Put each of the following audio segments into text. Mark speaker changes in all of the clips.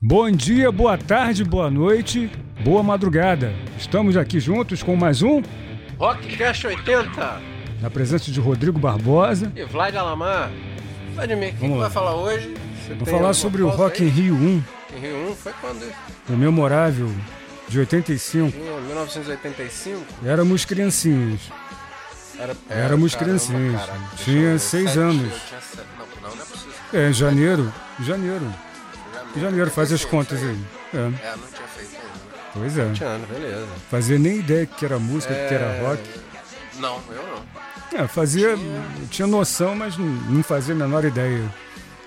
Speaker 1: Bom dia, boa tarde, boa noite, boa madrugada. Estamos aqui juntos com mais um,
Speaker 2: Rockcast 80
Speaker 1: na presença de Rodrigo Barbosa.
Speaker 2: e Vlad Alamar. Vladimir, o que,
Speaker 1: Vamos
Speaker 2: que
Speaker 1: lá.
Speaker 2: vai falar hoje? Você
Speaker 1: Vou
Speaker 2: tem
Speaker 1: falar
Speaker 2: alguma
Speaker 1: sobre o
Speaker 2: pauta
Speaker 1: Rock in
Speaker 2: aí?
Speaker 1: Rio 1,
Speaker 2: Rock in Rio 1 foi quando?
Speaker 1: o memorável de 85.
Speaker 2: Em 1985?
Speaker 1: Éramos criancinhos.
Speaker 2: Era,
Speaker 1: Éramos criancinhas. Tinha seis anos.
Speaker 2: Tinha sete. Não, não, não é possível.
Speaker 1: É, em janeiro, janeiro,
Speaker 2: Janeiro,
Speaker 1: em janeiro, faz as
Speaker 2: 85,
Speaker 1: contas
Speaker 2: isso
Speaker 1: aí. É,
Speaker 2: É, não tinha feito ainda.
Speaker 1: pois é.
Speaker 2: Tinha ano, beleza.
Speaker 1: Fazia nem ideia que era música, que
Speaker 2: É.
Speaker 1: era rock.
Speaker 2: Não, eu não.
Speaker 1: É, fazia. Tinha noção, mas não- não fazia a menor ideia.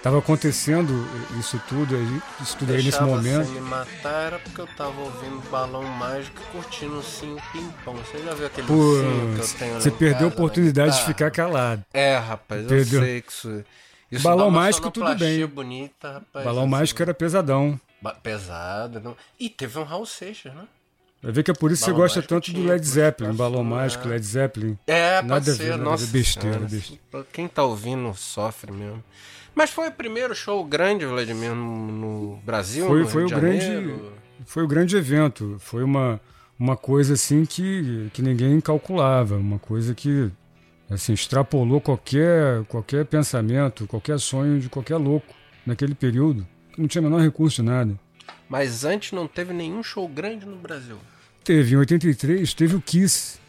Speaker 1: Tava acontecendo isso tudo aí, isso tudo aí nesse
Speaker 2: Deixava assim,
Speaker 1: momento.
Speaker 2: Sem me matar era porque eu tava ouvindo balão mágico e curtindo um sim pimpão. Você já viu aquele ursinho que eu
Speaker 1: Putz,
Speaker 2: tenho né? lá
Speaker 1: você
Speaker 2: em
Speaker 1: perdeu a
Speaker 2: casa, Tá. na
Speaker 1: oportunidade de
Speaker 2: guitarra?
Speaker 1: ficar calado.
Speaker 2: É, rapaz,
Speaker 1: Entendeu?
Speaker 2: eu sei que isso. isso
Speaker 1: Balão
Speaker 2: dá uma
Speaker 1: mágico, tudo
Speaker 2: sonoplastia
Speaker 1: bem.
Speaker 2: bonita, rapaz.
Speaker 1: Balão
Speaker 2: assim,
Speaker 1: mágico era pesadão.
Speaker 2: ba- Pesado. Não... Ih, teve um Raul Seixas, né?
Speaker 1: Vai ver que é por isso que você
Speaker 2: Balão
Speaker 1: gosta
Speaker 2: mágico
Speaker 1: tanto do
Speaker 2: tinha,
Speaker 1: Led
Speaker 2: pô,
Speaker 1: Zeppelin.
Speaker 2: tá
Speaker 1: Balão
Speaker 2: assim,
Speaker 1: mágico,
Speaker 2: né?
Speaker 1: Led Zeppelin.
Speaker 2: É,
Speaker 1: Nada
Speaker 2: pode
Speaker 1: a ver,
Speaker 2: ser.
Speaker 1: nada a ver.
Speaker 2: Nossa,
Speaker 1: Besteira,
Speaker 2: senhora,
Speaker 1: besteira.
Speaker 2: pra Quem tá ouvindo sofre mesmo. Mas foi o primeiro show grande, Vladimir, no, no Brasil?
Speaker 1: Foi,
Speaker 2: no
Speaker 1: foi,
Speaker 2: Rio
Speaker 1: o
Speaker 2: de
Speaker 1: grande,
Speaker 2: Janeiro?
Speaker 1: foi o grande evento. Foi uma, uma coisa assim que, que ninguém calculava. Uma coisa que assim, extrapolou qualquer, qualquer pensamento, qualquer sonho de qualquer louco naquele período. Não tinha o menor recurso, nada.
Speaker 2: Mas antes não teve nenhum show grande no Brasil.
Speaker 1: Teve, em 83, teve o Kiss.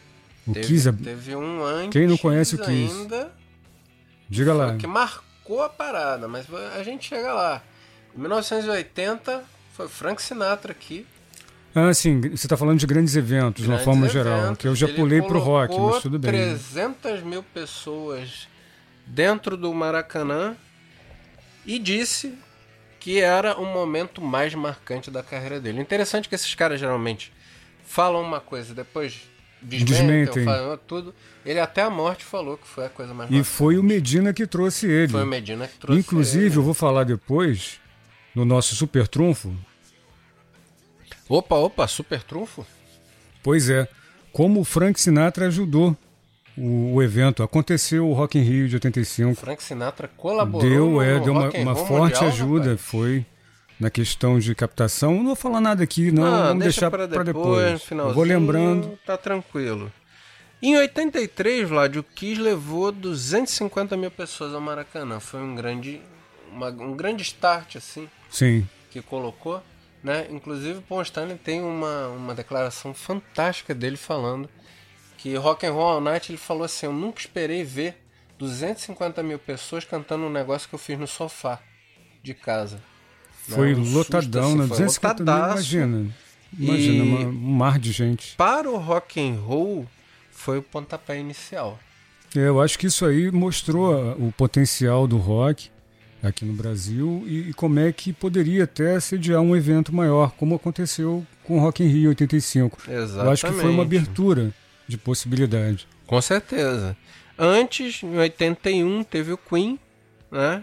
Speaker 1: O
Speaker 2: Teve,
Speaker 1: Kiss, a-
Speaker 2: teve um antes.
Speaker 1: Quem não conhece o Kiss?
Speaker 2: Ainda,
Speaker 1: diga lá.
Speaker 2: que marcou a parada, mas a gente chega lá. Em 1980 foi Frank Sinatra aqui.
Speaker 1: Ah, sim, você está falando de grandes eventos, de uma
Speaker 2: Grandes
Speaker 1: forma geral,
Speaker 2: eventos.
Speaker 1: que eu já
Speaker 2: Ele
Speaker 1: pulei pro rock,
Speaker 2: colocou
Speaker 1: mas tudo bem.
Speaker 2: 300 mil pessoas dentro do Maracanã e disse que era o momento mais marcante da carreira dele. Interessante é que esses caras geralmente falam uma coisa e depois desmentem,
Speaker 1: Desmentem.
Speaker 2: falam tudo. Ele até a morte falou que foi a coisa mais
Speaker 1: E
Speaker 2: marcante.
Speaker 1: foi o Medina que trouxe ele.
Speaker 2: Foi o Medina que trouxe.
Speaker 1: Inclusive,
Speaker 2: ele.
Speaker 1: eu vou falar depois, no nosso super trunfo,
Speaker 2: Opa, opa, super trunfo?
Speaker 1: pois é, como o Frank Sinatra ajudou o, o evento. Aconteceu o Rock in Rio de 85,
Speaker 2: Frank Sinatra colaborou.
Speaker 1: deu, é,
Speaker 2: no
Speaker 1: deu uma,
Speaker 2: rock and
Speaker 1: uma
Speaker 2: roll
Speaker 1: forte
Speaker 2: mundial,
Speaker 1: ajuda,
Speaker 2: rapaz.
Speaker 1: foi na questão de captação. Não vou falar nada aqui, não,
Speaker 2: Ah,
Speaker 1: vamos
Speaker 2: deixa
Speaker 1: deixar
Speaker 2: pra
Speaker 1: para
Speaker 2: depois,
Speaker 1: depois.
Speaker 2: finalzinho,
Speaker 1: Vou lembrando,
Speaker 2: Tá tranquilo. Em 83, Vlad, o Kiss levou 250 mil pessoas ao Maracanã. Foi um grande, uma- um grande start, assim,
Speaker 1: sim.
Speaker 2: que colocou. Né? Inclusive, o Paul Stanley tem uma, uma declaração fantástica dele falando que Rock and Roll All Night, ele falou assim, eu nunca esperei ver 250 mil pessoas cantando um negócio que eu fiz no sofá de casa. Né?
Speaker 1: Foi
Speaker 2: Um susto,
Speaker 1: lotadão,
Speaker 2: assim,
Speaker 1: né?
Speaker 2: foi
Speaker 1: 250 mil,
Speaker 2: lotadaço.
Speaker 1: imagina. Imagina,
Speaker 2: E-
Speaker 1: uma- um mar de gente.
Speaker 2: para o rock and roll foi o pontapé inicial.
Speaker 1: Eu acho que isso aí mostrou a- o potencial do rock aqui no Brasil e, e como é que poderia até sediar um evento maior, como aconteceu com o Rock in Rio 85.
Speaker 2: Exatamente.
Speaker 1: Eu acho que foi uma abertura de possibilidade.
Speaker 2: Com certeza. Antes, em 81, teve o Queen, né?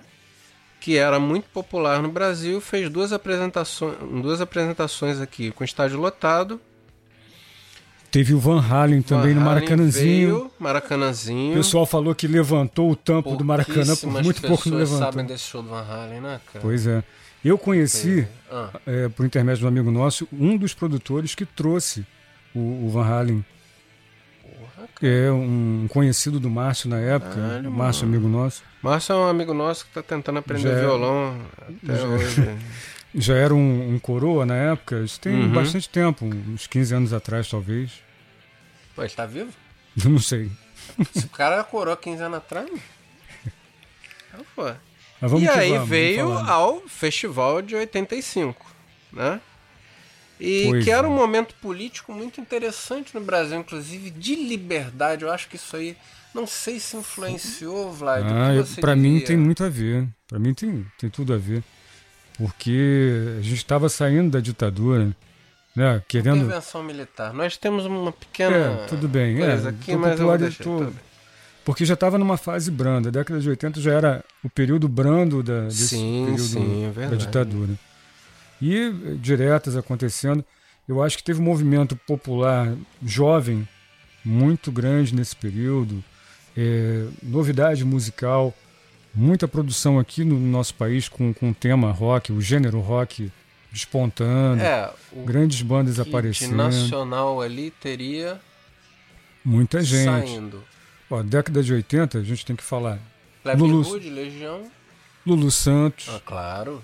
Speaker 2: Que era muito popular no Brasil, fez duas apresentações, duas apresentações aqui com estádio lotado.
Speaker 1: Teve o Van Halen também no
Speaker 2: Van Halen
Speaker 1: Maracanãzinho.
Speaker 2: veio, Maracanãzinho.
Speaker 1: O pessoal falou que levantou o tampo do Maracanã, por
Speaker 2: Pouquíssimas
Speaker 1: muito pouco não
Speaker 2: pessoas
Speaker 1: levantou.
Speaker 2: sabem desse show do Van Halen, né, cara?
Speaker 1: Pois é. Eu conheci...
Speaker 2: Ah,
Speaker 1: é, por intermédio de um amigo nosso, um dos produtores que trouxe o, o Van Halen.
Speaker 2: porra.
Speaker 1: É um conhecido do Márcio na época,
Speaker 2: Caralho,
Speaker 1: o Márcio, amigo nosso.
Speaker 2: Márcio é um amigo nosso que tá tentando aprender
Speaker 1: Já- é.
Speaker 2: violão até
Speaker 1: já- é.
Speaker 2: hoje.
Speaker 1: Já era um, um coroa na época, isso tem
Speaker 2: Uhum.
Speaker 1: bastante tempo, uns 15 anos atrás talvez.
Speaker 2: Pô, ele tá vivo?
Speaker 1: Eu não sei.
Speaker 2: O cara corou 15 anos atrás. né? Ah, pô.
Speaker 1: Mas vamos
Speaker 2: e
Speaker 1: que
Speaker 2: aí
Speaker 1: vamos, vamos
Speaker 2: veio
Speaker 1: falar.
Speaker 2: ao festival de 85, né? E
Speaker 1: Pois
Speaker 2: que era
Speaker 1: é.
Speaker 2: um momento político muito interessante no Brasil, inclusive de liberdade. Eu acho que isso aí, não sei se influenciou, Vlad. o que
Speaker 1: Ah, eu-
Speaker 2: você
Speaker 1: pra mim
Speaker 2: diria?
Speaker 1: tem muito a ver. Pra mim tem, tem tudo a ver. Porque a gente estava saindo da ditadura, né? Querendo.
Speaker 2: Intervenção militar. Nós temos uma pequena.
Speaker 1: É, tudo bem. É,
Speaker 2: Coisa aqui,
Speaker 1: tô
Speaker 2: mas eu vou
Speaker 1: popular-
Speaker 2: deixar,
Speaker 1: tô-
Speaker 2: tudo bem.
Speaker 1: Porque já estava numa fase branda. A década de 80 já era o período brando da, desse
Speaker 2: Sim,
Speaker 1: período
Speaker 2: sim, é
Speaker 1: da
Speaker 2: verdade.
Speaker 1: ditadura. E eh, diretas acontecendo. Eu acho que teve um movimento popular jovem muito grande nesse período. Eh, novidade musical, muita produção aqui no nosso país com, com o tema rock, o gênero rock despontando,
Speaker 2: É, o
Speaker 1: grandes bandas
Speaker 2: kit
Speaker 1: aparecendo,
Speaker 2: nacional ali teria
Speaker 1: muita gente.
Speaker 2: saindo.
Speaker 1: Ó, década de 80, a gente tem que falar
Speaker 2: Plebe
Speaker 1: Lulu-
Speaker 2: Hood, Legião.
Speaker 1: Lulu Santos,
Speaker 2: Ah, claro.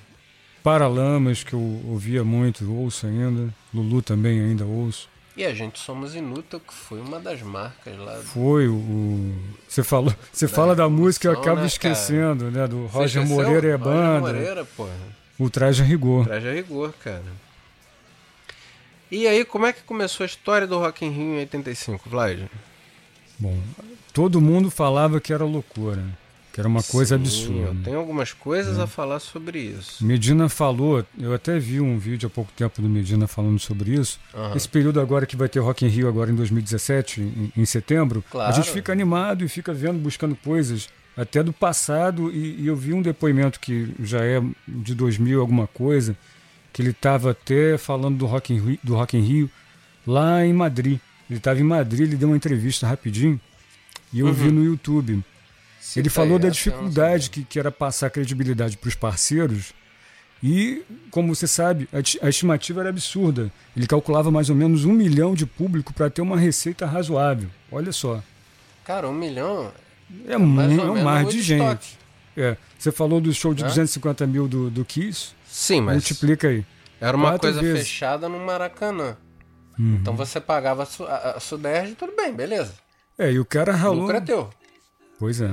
Speaker 1: Paralamas, que eu ouvia muito, ouço ainda, Lulu também ainda ouço.
Speaker 2: E a gente Somos Inútil, que foi uma das marcas lá. do-
Speaker 1: Foi o- o. Você falou, você fala da música e
Speaker 2: evolução,
Speaker 1: acaba
Speaker 2: né,
Speaker 1: esquecendo, né? Do
Speaker 2: Você
Speaker 1: Roger
Speaker 2: esqueceu?
Speaker 1: Moreira e a
Speaker 2: Roger
Speaker 1: banda,
Speaker 2: Moreira, porra.
Speaker 1: o Traje a Rigor.
Speaker 2: Traje a rigor, cara. E aí, como é que começou a história do Rock in Rio em 85, Vlad?
Speaker 1: Bom, todo mundo falava que era loucura, que era uma coisa absurda. É.
Speaker 2: Eu tenho algumas coisas a falar sobre isso.
Speaker 1: Medina falou, eu até vi um vídeo há pouco tempo do Medina falando sobre isso.
Speaker 2: Aham.
Speaker 1: Esse período agora que vai ter Rock in Rio agora em 2017, em, em setembro, a
Speaker 2: Claro.
Speaker 1: gente fica animado e fica vendo, buscando coisas até do passado. E, e eu vi um depoimento que já é de 2000 alguma coisa, que ele estava até falando do Rock in Rio, do Rock in Rio lá em Madrid. Ele estava em Madrid, ele deu uma entrevista rapidinho e eu
Speaker 2: Uhum.
Speaker 1: vi no YouTube. Ele
Speaker 2: Cita
Speaker 1: falou
Speaker 2: aí, né?
Speaker 1: da
Speaker 2: essa eu não
Speaker 1: dificuldade
Speaker 2: sabia.
Speaker 1: que, que era passar credibilidade para os parceiros. E, como você sabe, a, ti- a estimativa era absurda. Ele calculava mais ou menos um milhão de público para ter uma receita razoável. Olha só.
Speaker 2: Cara, um milhão
Speaker 1: É, mu-
Speaker 2: mais ou
Speaker 1: é um
Speaker 2: menos
Speaker 1: mar
Speaker 2: o
Speaker 1: de
Speaker 2: Woodstock.
Speaker 1: gente. É, você falou do show de
Speaker 2: Hã?
Speaker 1: 250 mil do, do Kiss.
Speaker 2: Sim, mas
Speaker 1: Multiplica aí.
Speaker 2: era uma
Speaker 1: quatro
Speaker 2: coisa
Speaker 1: vezes. Uhum.
Speaker 2: fechada no Maracanã. Então você pagava a, Su- a, a Suderge, tudo bem, beleza.
Speaker 1: É, e o cara
Speaker 2: O
Speaker 1: ralou.
Speaker 2: lucro é teu.
Speaker 1: Pois é.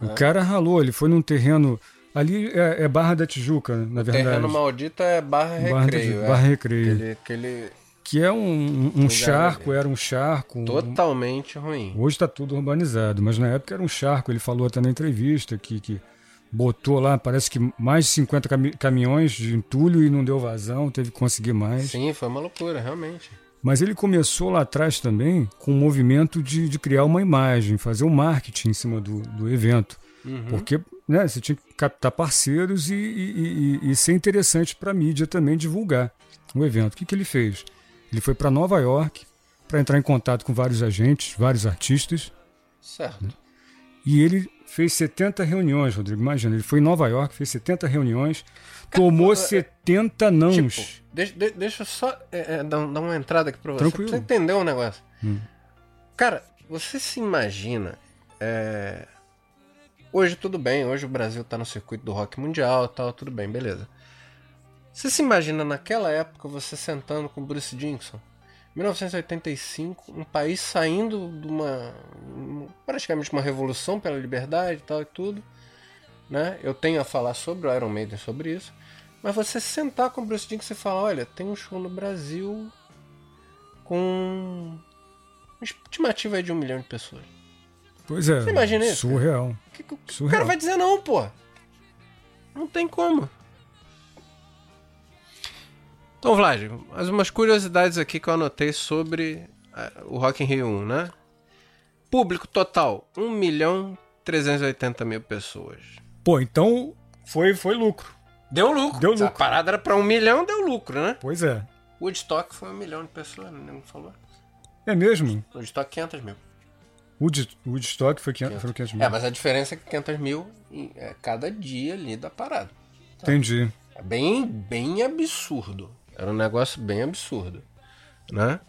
Speaker 1: O cara ralou, ele foi num terreno. Ali é, é Barra da Tijuca, na verdade.
Speaker 2: Terreno maldito é barra
Speaker 1: Barra,
Speaker 2: recreio.
Speaker 1: da,
Speaker 2: é.
Speaker 1: Barra Recreio.
Speaker 2: Aquele, aquele
Speaker 1: que é um, um charco, era um charco. um-
Speaker 2: totalmente ruim.
Speaker 1: Hoje está tudo urbanizado, mas na época era um charco. Ele falou até na entrevista que, que botou lá, parece que mais de 50 cami- caminhões de entulho e não deu vazão, teve que conseguir mais.
Speaker 2: Sim, foi uma loucura, realmente.
Speaker 1: Mas ele começou lá atrás também com o movimento de, de criar uma imagem, fazer um marketing em cima do, do evento. Porque né, você tinha que captar parceiros e, e- e- e ser interessante para a mídia também divulgar o evento. O que, que ele fez? Ele foi para Nova York para entrar em contato com vários agentes, vários artistas,
Speaker 2: Certo.
Speaker 1: e ele fez 70 reuniões, Rodrigo. Imagina, ele foi em Nova York, fez 70 reuniões, tomou 70 nãos.
Speaker 2: é- Tipo, deixa, de- deixa eu só é, é, dar, um- dar uma entrada aqui pra você.
Speaker 1: Tranquilo.
Speaker 2: Pra você entender um negócio. Cara, você se imagina. é, Hoje tudo bem, hoje o Brasil tá no circuito do rock mundial e tal, tudo bem, beleza. Você se imagina naquela época você sentando com Bruce Dickinson? 1985, um país saindo de uma. um- praticamente uma revolução pela liberdade e tal e tudo né? Eu tenho a falar sobre o Iron Maiden, sobre isso. Mas você sentar com o Bruce Dickinson e falar, olha, tem um show no Brasil com uma estimativa aí de um milhão de pessoas.
Speaker 1: Pois é,
Speaker 2: Você imagina isso, cara?
Speaker 1: surreal.
Speaker 2: O que, que o
Speaker 1: Surreal.
Speaker 2: cara vai dizer não, pô? Não tem como. Então, Vlad, mais umas curiosidades aqui que eu anotei sobre ah, o Rock in Rio 1, né? Público total, 1 milhão 380 mil pessoas.
Speaker 1: Pô, então foi, foi lucro.
Speaker 2: Deu lucro.
Speaker 1: Deu lucro.
Speaker 2: A parada era pra um milhão, deu lucro, né?
Speaker 1: Pois é.
Speaker 2: Woodstock foi um milhão de pessoas, ninguém falou.
Speaker 1: É mesmo?
Speaker 2: Woodstock 500 mil.
Speaker 1: Wood- Woodstock foi 500, foram 500 mil.
Speaker 2: É, mas a diferença é que 500 mil em- é cada dia ali da parada.
Speaker 1: Entendi.
Speaker 2: É bem, bem absurdo. Era um negócio bem absurdo, né?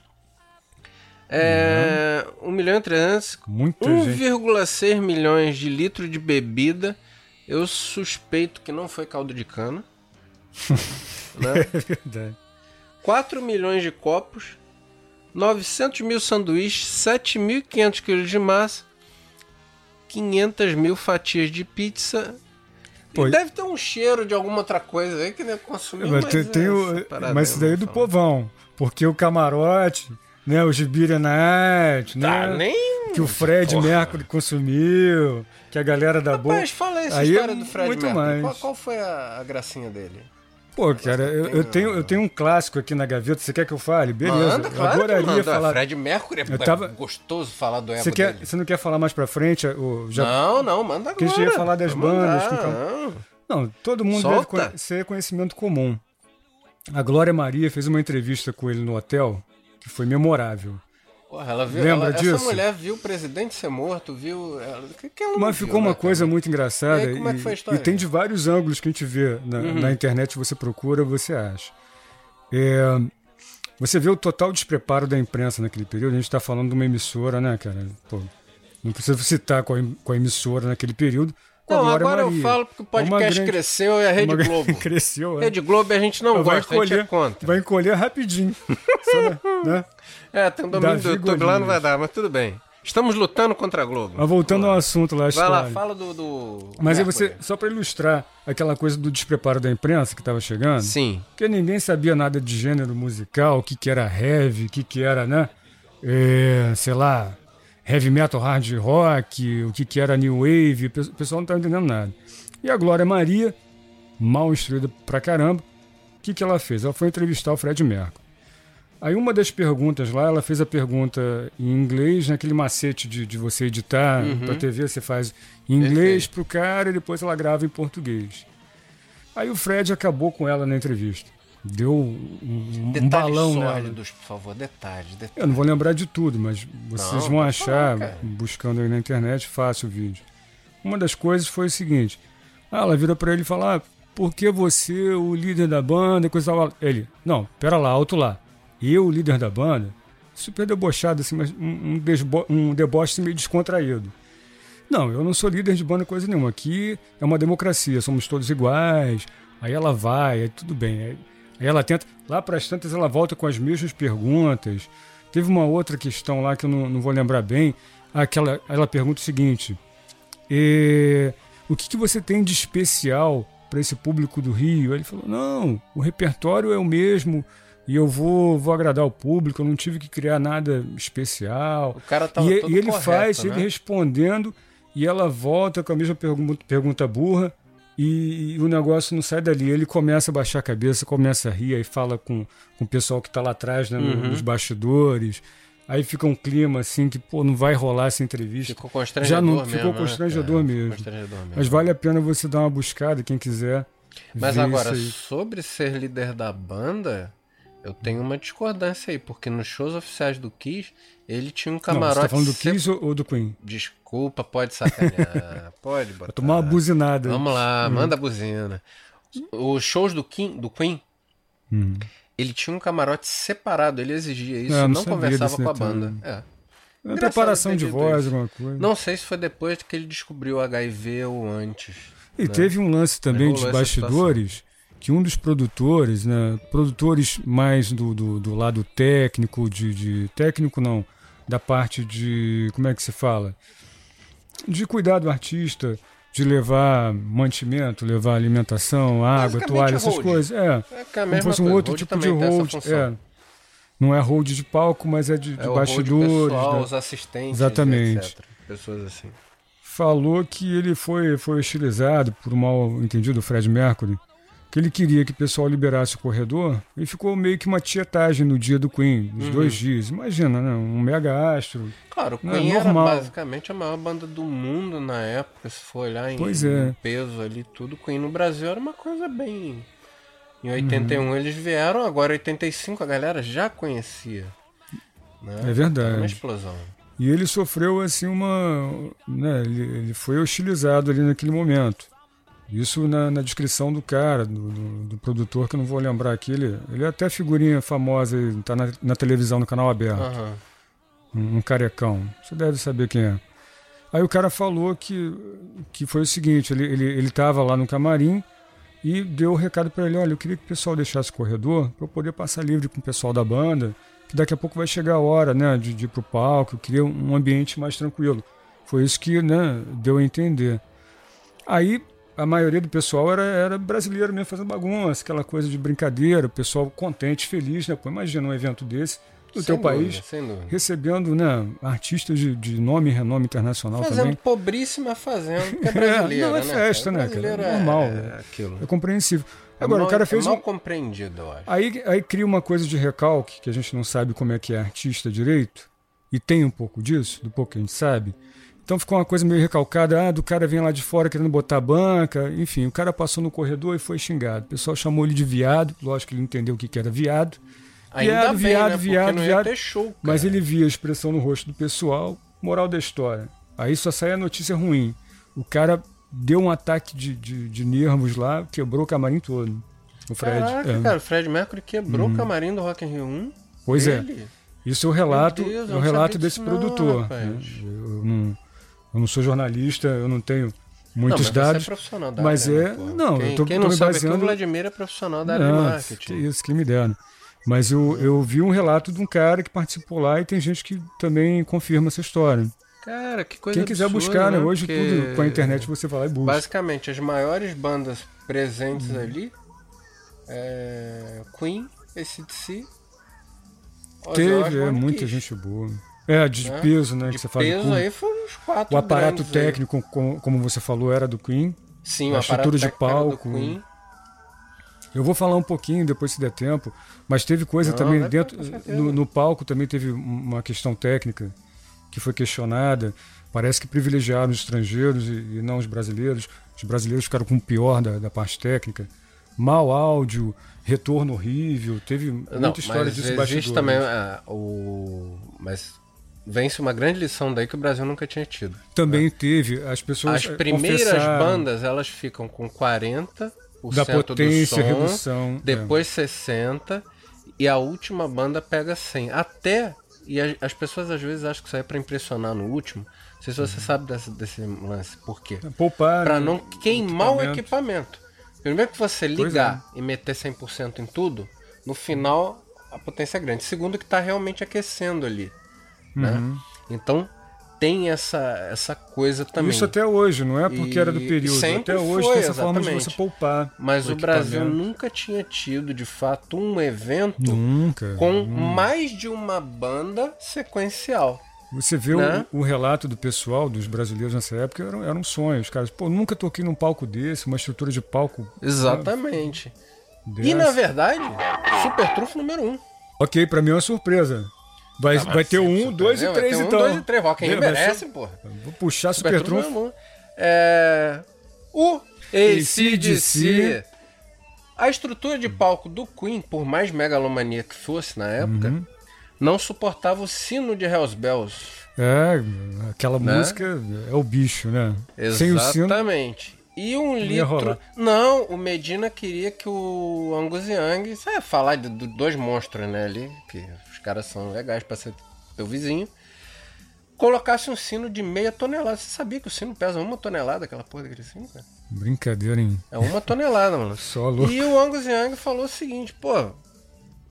Speaker 2: É, 1 milhão e 300...
Speaker 1: Muita gente.
Speaker 2: 1,6 milhões de litros de bebida. Eu suspeito que não foi caldo de cana. né?
Speaker 1: É verdade.
Speaker 2: 4 milhões de copos, 900 mil sanduíches, 7.500 quilos de massa, 500 mil fatias de pizza.
Speaker 1: Pô,
Speaker 2: e deve ter um cheiro de alguma outra coisa aí que deve consumir. é
Speaker 1: Mas, tem, tem o- mas isso daí é do povão. Porque o camarote, né? O Gibira Night,
Speaker 2: Tá,
Speaker 1: né?
Speaker 2: nem.
Speaker 1: Que o Fred
Speaker 2: Porra.
Speaker 1: Mercury consumiu, que a galera da boa.
Speaker 2: Mas fala aí essa
Speaker 1: Aí é
Speaker 2: história do Fred
Speaker 1: muito
Speaker 2: Mercury.
Speaker 1: mais.
Speaker 2: Qual, qual foi a, a gracinha dele?
Speaker 1: Pô, cara, eu, eu tenho, eu tenho um clássico aqui na gaveta. Você quer que eu fale? Beleza.
Speaker 2: Manda, claro
Speaker 1: eu adoraria
Speaker 2: que manda.
Speaker 1: falar.
Speaker 2: Fred é Mercury é
Speaker 1: Eu tava-
Speaker 2: gostoso falar do ego
Speaker 1: Você, quer,
Speaker 2: dele.
Speaker 1: você não quer falar mais pra frente? O, já...
Speaker 2: Não, não, manda agora.
Speaker 1: Porque a gente ia falar das
Speaker 2: Vai mandar,
Speaker 1: bandas, com-
Speaker 2: não.
Speaker 1: Não, todo mundo
Speaker 2: Solta.
Speaker 1: deve conhe- ser conhecimento comum. A Glória Maria fez uma entrevista com ele no hotel, que foi memorável.
Speaker 2: Porra, ela viu,
Speaker 1: Lembra
Speaker 2: ela- Essa
Speaker 1: disso?
Speaker 2: mulher viu o presidente ser morto, viu. Ela, que, que ela não
Speaker 1: Mas
Speaker 2: viu,
Speaker 1: ficou uma
Speaker 2: né,
Speaker 1: coisa muito engraçada
Speaker 2: E aí, como é que foi a
Speaker 1: e,
Speaker 2: história? Uhum.
Speaker 1: e tem de vários ângulos que a gente vê na, na internet, você procura, você acha. É, você vê o total despreparo da imprensa naquele período. A gente está falando de uma emissora, né, cara? Pô, não precisa citar qual, qual emissora naquele período. Com
Speaker 2: Não,
Speaker 1: a Glória
Speaker 2: agora
Speaker 1: Maria. É
Speaker 2: eu falo porque o
Speaker 1: Uma
Speaker 2: podcast
Speaker 1: grande- é
Speaker 2: cresceu e a Rede
Speaker 1: uma-
Speaker 2: Globo.
Speaker 1: cresceu, é.
Speaker 2: Rede Globo a gente não
Speaker 1: vai
Speaker 2: gosta, a gente é
Speaker 1: encolher,
Speaker 2: contra.
Speaker 1: vai encolher rapidinho. Só, né? né?
Speaker 2: É, tem um domínio
Speaker 1: Davi
Speaker 2: do YouTube lá,
Speaker 1: Golias.
Speaker 2: não vai dar, mas tudo bem. Estamos lutando contra a Globo.
Speaker 1: Mas voltando ao assunto lá, a
Speaker 2: Vai
Speaker 1: história.
Speaker 2: lá, fala do. do...
Speaker 1: Mas aí
Speaker 2: Mercury.
Speaker 1: você, só para ilustrar aquela coisa do despreparo da imprensa que estava chegando,
Speaker 2: Sim.
Speaker 1: porque ninguém sabia nada de gênero musical, o que, que era heavy, o que, que era, né? é, sei lá, heavy metal, hard rock, o que, que era new wave, o pe- o pessoal não estava entendendo nada. E a Glória Maria, mal instruída pra caramba, o que, que ela fez? Ela foi entrevistar o Fred Mercury. Aí uma das perguntas lá, ela fez a pergunta em inglês, naquele macete de, de você editar pra TV, você faz em inglês pro cara e depois ela grava em português. Aí o Fred acabou com ela na entrevista. Deu um, um- um
Speaker 2: Detalhes
Speaker 1: balão nela.
Speaker 2: sólidos, por favor, detalhes. detalhes.
Speaker 1: Eu não vou lembrar de tudo, mas vocês
Speaker 2: Não,
Speaker 1: vão
Speaker 2: pode
Speaker 1: achar,
Speaker 2: falar, cara.
Speaker 1: buscando aí na internet, fácil o vídeo. Uma das coisas foi o seguinte: ah, ela vira pra ele e fala, ah, por que você, o líder da banda, e coisa e tal. Ele, não, pera lá, alto lá. Eu, o líder da banda, super debochado, assim, mas um, um, desbo- um deboche assim, meio descontraído. Não, eu não sou líder de banda coisa nenhuma. Aqui é uma democracia, somos todos iguais. Aí ela vai, aí tudo bem. Aí, aí ela tenta. Lá para as tantas ela volta com as mesmas perguntas. Teve uma outra questão lá que eu não, não vou lembrar bem. Aquela, ela pergunta o seguinte: é, o que, que você tem de especial para esse público do Rio? Aí Ele falou: não, o repertório é o mesmo e eu vou, vou agradar o público. Eu não tive que criar nada especial
Speaker 2: O cara tava
Speaker 1: e, é,
Speaker 2: todo
Speaker 1: e ele
Speaker 2: correto,
Speaker 1: faz,
Speaker 2: né?
Speaker 1: ele respondendo, e ela volta com a mesma pergu- pergunta burra, e, e o negócio não sai dali. Ele começa a baixar a cabeça, começa a rir, aí fala com, com o pessoal que tá lá atrás, né, no-
Speaker 2: Uhum.
Speaker 1: nos bastidores. Aí fica um clima assim que, pô, não vai rolar essa entrevista.
Speaker 2: Ficou constrangedor
Speaker 1: Já não-
Speaker 2: mesmo.
Speaker 1: ficou
Speaker 2: né,
Speaker 1: constrangedor
Speaker 2: cara?
Speaker 1: mesmo.
Speaker 2: Constrangedor mesmo.
Speaker 1: Mas vale a pena você dar uma buscada, quem quiser.
Speaker 2: Mas
Speaker 1: ver
Speaker 2: agora,
Speaker 1: isso aí.
Speaker 2: sobre ser líder da banda, eu tenho uma discordância aí, porque nos shows oficiais do Kiss, ele tinha um
Speaker 1: Não, você
Speaker 2: camarote.
Speaker 1: tá falando do
Speaker 2: sep-
Speaker 1: Kiss ou, ou do Queen?
Speaker 2: Desculpa, pode sacanear. pode botar.
Speaker 1: Pra tomar uma Hum. buzinada.
Speaker 2: Ah, Vamos lá, manda a buzina. Os shows do, Kim, do Queen,
Speaker 1: Hum.
Speaker 2: ele tinha um camarote separado, ele exigia isso,
Speaker 1: Ah, não
Speaker 2: não
Speaker 1: sabia
Speaker 2: conversava
Speaker 1: desse
Speaker 2: com a
Speaker 1: detalhe.
Speaker 2: banda. É.
Speaker 1: É preparação de
Speaker 2: ter dito
Speaker 1: voz,
Speaker 2: isso.
Speaker 1: alguma coisa.
Speaker 2: né, Não sei se foi depois que ele descobriu o HIV ou antes.
Speaker 1: E teve um lance também
Speaker 2: Rolou
Speaker 1: dos
Speaker 2: essa
Speaker 1: bastidores que um dos produtores, né, produtores mais do, do, do lado técnico, de, de- técnico não, da parte de como é que se fala, de cuidar do artista, de levar mantimento, levar alimentação, água,
Speaker 2: Basicamente,
Speaker 1: toalha, essas
Speaker 2: hold.
Speaker 1: coisas, é,
Speaker 2: É que é a
Speaker 1: como
Speaker 2: mesma
Speaker 1: se fosse um
Speaker 2: coisa,
Speaker 1: outro tipo
Speaker 2: hold
Speaker 1: de
Speaker 2: também tem essa
Speaker 1: hold,
Speaker 2: função.
Speaker 1: é, não é hold de palco, mas é de, de
Speaker 2: É o hold
Speaker 1: bastidores,
Speaker 2: pessoal,
Speaker 1: né?
Speaker 2: os assistentes,
Speaker 1: Exatamente.
Speaker 2: etc. Pessoas assim.
Speaker 1: falou que ele foi, foi hostilizado por um mal entendido, o Fred Mercury, que ele queria que o pessoal liberasse o corredor e ficou meio que uma tietagem no dia do Queen, nos dois dias. Imagina, né? Um mega astro.
Speaker 2: Claro, o
Speaker 1: Não, é
Speaker 2: Queen era
Speaker 1: normal.
Speaker 2: basicamente a maior banda do mundo na época, se for olhar em,
Speaker 1: Pois é.
Speaker 2: em peso ali, tudo. Queen no Brasil era uma coisa bem.
Speaker 1: Uhum.
Speaker 2: Em 81 eles vieram, agora em 85 a galera já conhecia. né?
Speaker 1: É verdade.
Speaker 2: Era Uma explosão.
Speaker 1: E ele sofreu assim uma. Né, ele, ele foi hostilizado ali naquele momento. Isso na, na descrição do cara, do, do- do produtor, que eu não vou lembrar aqui. Ele, ele é até figurinha famosa, ele tá na, na televisão, no canal aberto.
Speaker 2: Aham.
Speaker 1: um um carecão. Você deve saber quem é. Aí o cara falou que, que foi o seguinte: ele estava ele, ele tava lá no camarim e deu o recado para ele: olha, eu queria que o pessoal deixasse o corredor para eu poder passar livre com o pessoal da banda, que daqui a pouco vai chegar a hora né, de, de ir pro palco. Eu queria um ambiente mais tranquilo. Foi isso que né, deu a entender. Aí a maioria do pessoal era, era brasileiro mesmo, fazendo bagunça, aquela coisa de brincadeira, o pessoal contente, feliz, né? Pô, imagina um evento desse no
Speaker 2: Sem
Speaker 1: teu
Speaker 2: dúvida,
Speaker 1: país
Speaker 2: Sem dúvida.
Speaker 1: recebendo né, artistas de, de nome e renome internacional
Speaker 2: Fazendo
Speaker 1: também.
Speaker 2: pobríssima fazendo, porque é brasileira.
Speaker 1: não, é festa, né, cara?
Speaker 2: Brasileiro
Speaker 1: É normal,
Speaker 2: É,
Speaker 1: né?
Speaker 2: aquilo.
Speaker 1: É compreensível. Agora,
Speaker 2: é
Speaker 1: o cara
Speaker 2: mal-
Speaker 1: fez
Speaker 2: é mal
Speaker 1: um.
Speaker 2: compreendido, eu acho.
Speaker 1: Aí, aí cria uma coisa de recalque, que a gente não sabe como é que é artista direito, e tem um pouco disso, do pouco que a gente sabe. Então ficou uma coisa meio recalcada, ah, do cara vem lá de fora querendo botar a banca, enfim, o cara passou no corredor e foi xingado. O pessoal chamou ele de viado, lógico que ele não entendeu o que que era viado,
Speaker 2: Ainda
Speaker 1: viado,
Speaker 2: bem,
Speaker 1: viado,
Speaker 2: né? Porque
Speaker 1: viado,
Speaker 2: não ia
Speaker 1: viado.
Speaker 2: ter show, cara.
Speaker 1: Mas ele via a expressão no rosto do pessoal, moral da história. Aí só saía a notícia ruim. O cara deu um ataque de, de, de nervos lá, quebrou o camarim todo. O Fred.
Speaker 2: Caraca,
Speaker 1: é. Uhum.
Speaker 2: cara, o Fred Mercury quebrou o camarim do Rock in Rio 1.
Speaker 1: Pois é.
Speaker 2: Ele?
Speaker 1: Isso é o relato,
Speaker 2: Meu Deus, eu
Speaker 1: é o
Speaker 2: não
Speaker 1: relato
Speaker 2: sabia
Speaker 1: desse
Speaker 2: disso não,
Speaker 1: produtor.
Speaker 2: rapaz.
Speaker 1: né? Eu, não, eu não sou jornalista, eu não tenho
Speaker 2: Não,
Speaker 1: muitos
Speaker 2: mas
Speaker 1: dados.
Speaker 2: Você é profissional da
Speaker 1: mas
Speaker 2: área,
Speaker 1: é-
Speaker 2: né, pô?
Speaker 1: não, eu
Speaker 2: quem,
Speaker 1: tô-
Speaker 2: quem
Speaker 1: tô
Speaker 2: não
Speaker 1: me
Speaker 2: sabe é
Speaker 1: baseando-
Speaker 2: que o Vladimir é profissional da área de
Speaker 1: Não,
Speaker 2: marketing.
Speaker 1: que Ah, isso que me deram. Mas eu, eu vi um relato de um cara que participou lá e tem gente que também confirma essa história.
Speaker 2: Cara, que coisa
Speaker 1: Quem quiser
Speaker 2: absurda,
Speaker 1: buscar, né?
Speaker 2: né?
Speaker 1: Hoje
Speaker 2: Porque
Speaker 1: tudo com a internet você vai lá e busca.
Speaker 2: Basicamente, as maiores bandas presentes
Speaker 1: Uhum.
Speaker 2: ali é Queen, ACDC, Ozzy
Speaker 1: Teve, é,
Speaker 2: Osbourne e
Speaker 1: muita
Speaker 2: Kiss.
Speaker 1: gente boa. É, de
Speaker 2: Né?
Speaker 1: peso, né?
Speaker 2: um De
Speaker 1: que você fala do
Speaker 2: peso
Speaker 1: Queen.
Speaker 2: aí foram os quatro
Speaker 1: O aparato
Speaker 2: grandes aí.
Speaker 1: técnico, como, como você falou, era do Queen.
Speaker 2: Sim,
Speaker 1: a
Speaker 2: o aparato
Speaker 1: estrutura de
Speaker 2: técnico era do
Speaker 1: palco,
Speaker 2: Queen.
Speaker 1: Eu vou falar um pouquinho depois se der tempo, mas teve coisa
Speaker 2: Não,
Speaker 1: também
Speaker 2: vai-
Speaker 1: dentro eh,
Speaker 2: com certeza.
Speaker 1: no, no palco também teve uma questão técnica que foi questionada. Parece que privilegiaram os estrangeiros e, e não os brasileiros. Os brasileiros ficaram com o pior da, da parte técnica. Mau áudio, retorno horrível, teve
Speaker 2: Não,
Speaker 1: É muita história
Speaker 2: mas
Speaker 1: disso né? bastidores.
Speaker 2: existe também ah, o mas vence uma grande lição daí que o Brasil nunca tinha tido.
Speaker 1: Também teve as pessoas
Speaker 2: é.
Speaker 1: eh,
Speaker 2: As primeiras
Speaker 1: confessaram
Speaker 2: bandas, elas ficam com 40%
Speaker 1: da potência,
Speaker 2: do som,
Speaker 1: redução. é.
Speaker 2: depois 60% e a última banda pega 100. Até, e as, as pessoas às vezes acham que isso aí é pra impressionar no último. Não sei se
Speaker 1: Uhum.
Speaker 2: você sabe dessa- desse lance, por quê?
Speaker 1: poupar
Speaker 2: Pra
Speaker 1: né,
Speaker 2: não queimar o
Speaker 1: equipamento. é.
Speaker 2: equipamento. Primeiro que você ligar e meter 100% em tudo, no final a potência é grande. Segundo que tá realmente aquecendo ali, né?
Speaker 1: Uhum.
Speaker 2: Então tem essa essa coisa também.
Speaker 1: Isso até hoje, não é porque era do
Speaker 2: E-
Speaker 1: período.
Speaker 2: e sempre
Speaker 1: Até hoje
Speaker 2: foi,
Speaker 1: tem essa forma de
Speaker 2: exatamente.
Speaker 1: você poupar.
Speaker 2: Mas o,
Speaker 1: equipamento.
Speaker 2: Brasil nunca tinha tido, de fato, um evento
Speaker 1: Nunca.
Speaker 2: com mais de uma banda sequencial.
Speaker 1: Você vê o-
Speaker 2: né?
Speaker 1: o, relato do pessoal, dos brasileiros nessa época, era, era um sonho. Os caras, pô, nunca toquei num palco desse, uma estrutura de palco
Speaker 2: Exatamente.
Speaker 1: dessa.
Speaker 2: E na verdade, super trunfo número um.
Speaker 1: Ok, pra mim é uma surpresa. Vai,
Speaker 2: Ah,
Speaker 1: vai ter
Speaker 2: sim,
Speaker 1: um,
Speaker 2: super,
Speaker 1: dois
Speaker 2: né?
Speaker 1: e
Speaker 2: Vai
Speaker 1: três,
Speaker 2: ter um,
Speaker 1: então.
Speaker 2: dois e três. Rock in Rio
Speaker 1: Vai ser-
Speaker 2: merece, porra.
Speaker 1: Vou puxar Super,
Speaker 2: Super
Speaker 1: Trunfo.
Speaker 2: Trunfo. É... O ACDC.
Speaker 1: AC/DC.
Speaker 2: A estrutura de palco do Queen, por mais megalomania que fosse na época,
Speaker 1: Uhum.
Speaker 2: não suportava o sino de Hells Bells.
Speaker 1: É, aquela
Speaker 2: Né?
Speaker 1: música é o bicho, né? Sem o sino.
Speaker 2: Exatamente. E um
Speaker 1: ia
Speaker 2: litro.
Speaker 1: rolar.
Speaker 2: Não, o Medina queria que o Angus Young. Isso é falar de, de dois monstros, né? Ali, que os caras são legais pra ser teu vizinho. Colocasse um sino de meia tonelada. Você sabia que o sino pesa uma tonelada, aquela porra daquele sino, cara?
Speaker 1: Brincadeira, hein?
Speaker 2: É uma tonelada, mano.
Speaker 1: Só louco.
Speaker 2: E o Angus Young falou o seguinte, pô,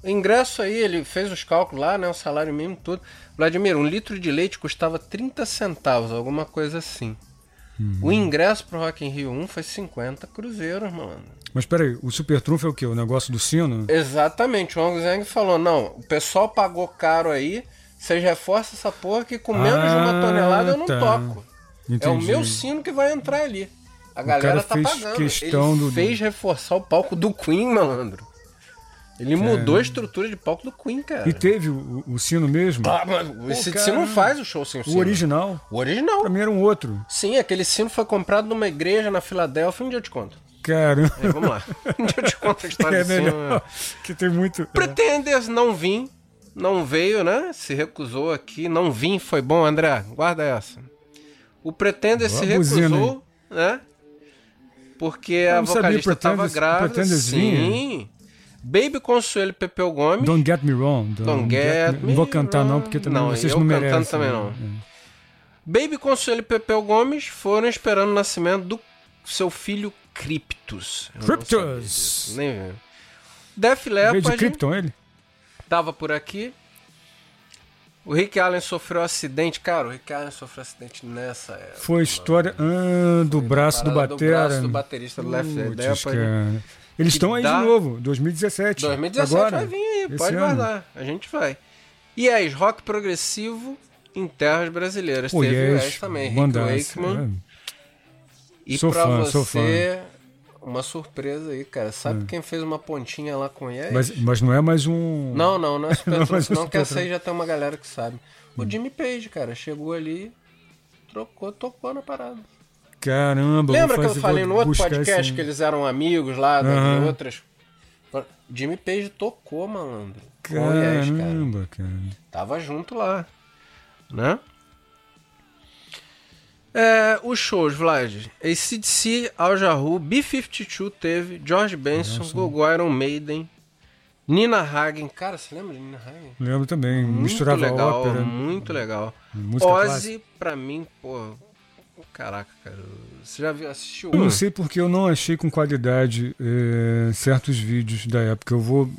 Speaker 2: ingresso aí, ele fez os cálculos lá, né, o salário mínimo e tudo. Vladimir, um litro de leite custava 30 centavos, alguma coisa assim.
Speaker 1: Uhum.
Speaker 2: O ingresso pro Rock in Rio 1 foi 50 cruzeiros, mano.
Speaker 1: Mas peraí, o Super Trunfo é o quê? O negócio do sino?
Speaker 2: É Exatamente, o Angus Young falou, não, o pessoal pagou caro aí, vocês reforçam essa porra que com menos de uma
Speaker 1: Ah,
Speaker 2: tonelada eu não
Speaker 1: tá.
Speaker 2: toco. É o
Speaker 1: Entendi.
Speaker 2: meu sino que vai entrar ali. A
Speaker 1: cara
Speaker 2: galera tá
Speaker 1: fez
Speaker 2: pagando.
Speaker 1: questão
Speaker 2: Ele
Speaker 1: do-
Speaker 2: fez reforçar o palco do Queen, malandro. Ele mudou a estrutura de palco do Queen, cara.
Speaker 1: E teve o, o sino mesmo?
Speaker 2: Ah, mas esse
Speaker 1: cara,
Speaker 2: sino não faz o show sem o
Speaker 1: O
Speaker 2: sino.
Speaker 1: original?
Speaker 2: O original.
Speaker 1: Pra mim era um outro.
Speaker 2: Sim, aquele sino foi comprado numa igreja na Filadélfia. Um dia eu te conto.
Speaker 1: Caramba.
Speaker 2: É, vamos lá. Um dia eu te conto a história
Speaker 1: é
Speaker 2: do sino.
Speaker 1: melhor. Que tem muito. é.
Speaker 2: Pretenders não vim, não veio, né? Se recusou aqui, não vim, foi bom, André. Guarda essa. O Pretenders
Speaker 1: Boa
Speaker 2: se
Speaker 1: buzina
Speaker 2: recusou, né? Porque a
Speaker 1: não sabia
Speaker 2: vocalista estava
Speaker 1: Pretenders-
Speaker 2: grávida.
Speaker 1: Pretenders
Speaker 2: sim. Baby Consuelo e Pepeu Gomes.
Speaker 1: Don't get me wrong. Don't,
Speaker 2: Don't get
Speaker 1: Não vou
Speaker 2: me
Speaker 1: cantar, não,
Speaker 2: wrong.
Speaker 1: porque também
Speaker 2: Não,
Speaker 1: vocês
Speaker 2: eu
Speaker 1: não
Speaker 2: cantando
Speaker 1: merecem.
Speaker 2: também não. Baby Consuelo e Pepeu Gomes foram esperando o nascimento do seu filho Cryptus. Eu não
Speaker 1: Cryptus.
Speaker 2: sabia disso, Nem vi. Def
Speaker 1: É. Veio de
Speaker 2: Leppard
Speaker 1: Krypton, ele?
Speaker 2: tava por aqui. O Rick Allen sofreu um acidente. Cara, o Rick Allen sofreu um acidente nessa época.
Speaker 1: Foi a história ah, do braço do
Speaker 2: Parada
Speaker 1: batera.
Speaker 2: braço do baterista do Left Eye
Speaker 1: Puts,
Speaker 2: Leppard.
Speaker 1: cara. Eles
Speaker 2: Que
Speaker 1: estão aí
Speaker 2: dá-
Speaker 1: de novo, 2017.
Speaker 2: 2017
Speaker 1: Agora,
Speaker 2: vai vir aí,
Speaker 1: esse
Speaker 2: pode
Speaker 1: ano.
Speaker 2: guardar. A gente vai. E aí, rock progressivo em terras brasileiras.
Speaker 1: Pô, é
Speaker 2: Teve
Speaker 1: yes,
Speaker 2: o Yes também, Rick
Speaker 1: bandaça,
Speaker 2: Wakeman.
Speaker 1: é.
Speaker 2: E
Speaker 1: Sou
Speaker 2: pra
Speaker 1: fã,
Speaker 2: você,
Speaker 1: sou fã. É.
Speaker 2: uma surpresa aí, cara. Sabe quem fez uma pontinha lá com o Yes?
Speaker 1: Mas, mas não é mais um.
Speaker 2: Não, não, não é Super
Speaker 1: Não,
Speaker 2: Trunfo,
Speaker 1: mas é
Speaker 2: não, que
Speaker 1: Super
Speaker 2: essa aí já tem uma galera que sabe. O Jimmy Page, cara, chegou ali, trocou, tocou na parada.
Speaker 1: Caramba,
Speaker 2: Lembra
Speaker 1: vou
Speaker 2: que eu
Speaker 1: fazer-
Speaker 2: falei
Speaker 1: vou
Speaker 2: no outro
Speaker 1: buscar
Speaker 2: podcast
Speaker 1: esse-
Speaker 2: que eles eram amigos lá, das
Speaker 1: Aham.
Speaker 2: outras... Jimmy Page tocou, malandro. Com o Yes, cara.
Speaker 1: Caramba, cara.
Speaker 2: Tava junto lá, né? É, os shows, Vlad. ACDC, Al Jarru, B-52 teve, George Benson,
Speaker 1: Benson.
Speaker 2: Gogo Iron Maiden, Nina Hagen. Cara, você lembra de Nina Hagen?
Speaker 1: Lembro também,
Speaker 2: Muito
Speaker 1: misturava
Speaker 2: legal,
Speaker 1: ópera.
Speaker 2: muito legal.
Speaker 1: música
Speaker 2: Ozzy,
Speaker 1: clássica.
Speaker 2: pra mim, pô... Caraca, cara. Você já viu, assistiu?
Speaker 1: Eu não sei porque eu não achei com qualidade eh, certos vídeos da época. Eu vou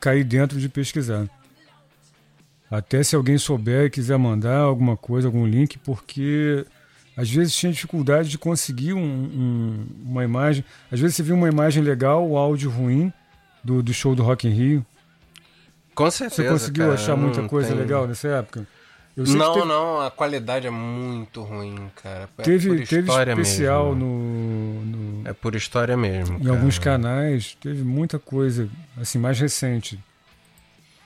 Speaker 1: cair dentro de pesquisar. Até se alguém souber e quiser mandar alguma coisa, algum link, porque às vezes tinha dificuldade de conseguir um- um- uma imagem. Às vezes você viu uma imagem legal, o áudio ruim do, do show do Rock in Rio.
Speaker 2: Com
Speaker 1: Você
Speaker 2: certeza,
Speaker 1: conseguiu
Speaker 2: cara,
Speaker 1: achar muita
Speaker 2: não
Speaker 1: coisa
Speaker 2: tem-
Speaker 1: legal nessa época? Eu sei que
Speaker 2: Não,
Speaker 1: teve-
Speaker 2: não, a qualidade é muito ruim, cara. É por
Speaker 1: Teve, teve
Speaker 2: história
Speaker 1: especial
Speaker 2: mesmo. né?
Speaker 1: no- no,
Speaker 2: É por história mesmo.
Speaker 1: Em alguns canais teve muita coisa, assim, mais recente.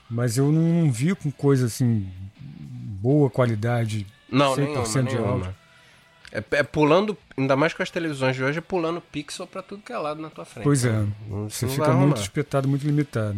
Speaker 1: Mas eu não vi com coisa assim, boa qualidade.
Speaker 2: Não,
Speaker 1: 100%
Speaker 2: nenhuma,
Speaker 1: de áudio.
Speaker 2: nenhuma. É, é pulando, ainda mais com as televisões de hoje, é pulando pixel pra tudo que é lado na tua frente.
Speaker 1: Pois é,
Speaker 2: Não-
Speaker 1: você
Speaker 2: não
Speaker 1: fica
Speaker 2: vai arrumar.
Speaker 1: muito espetado, muito limitado.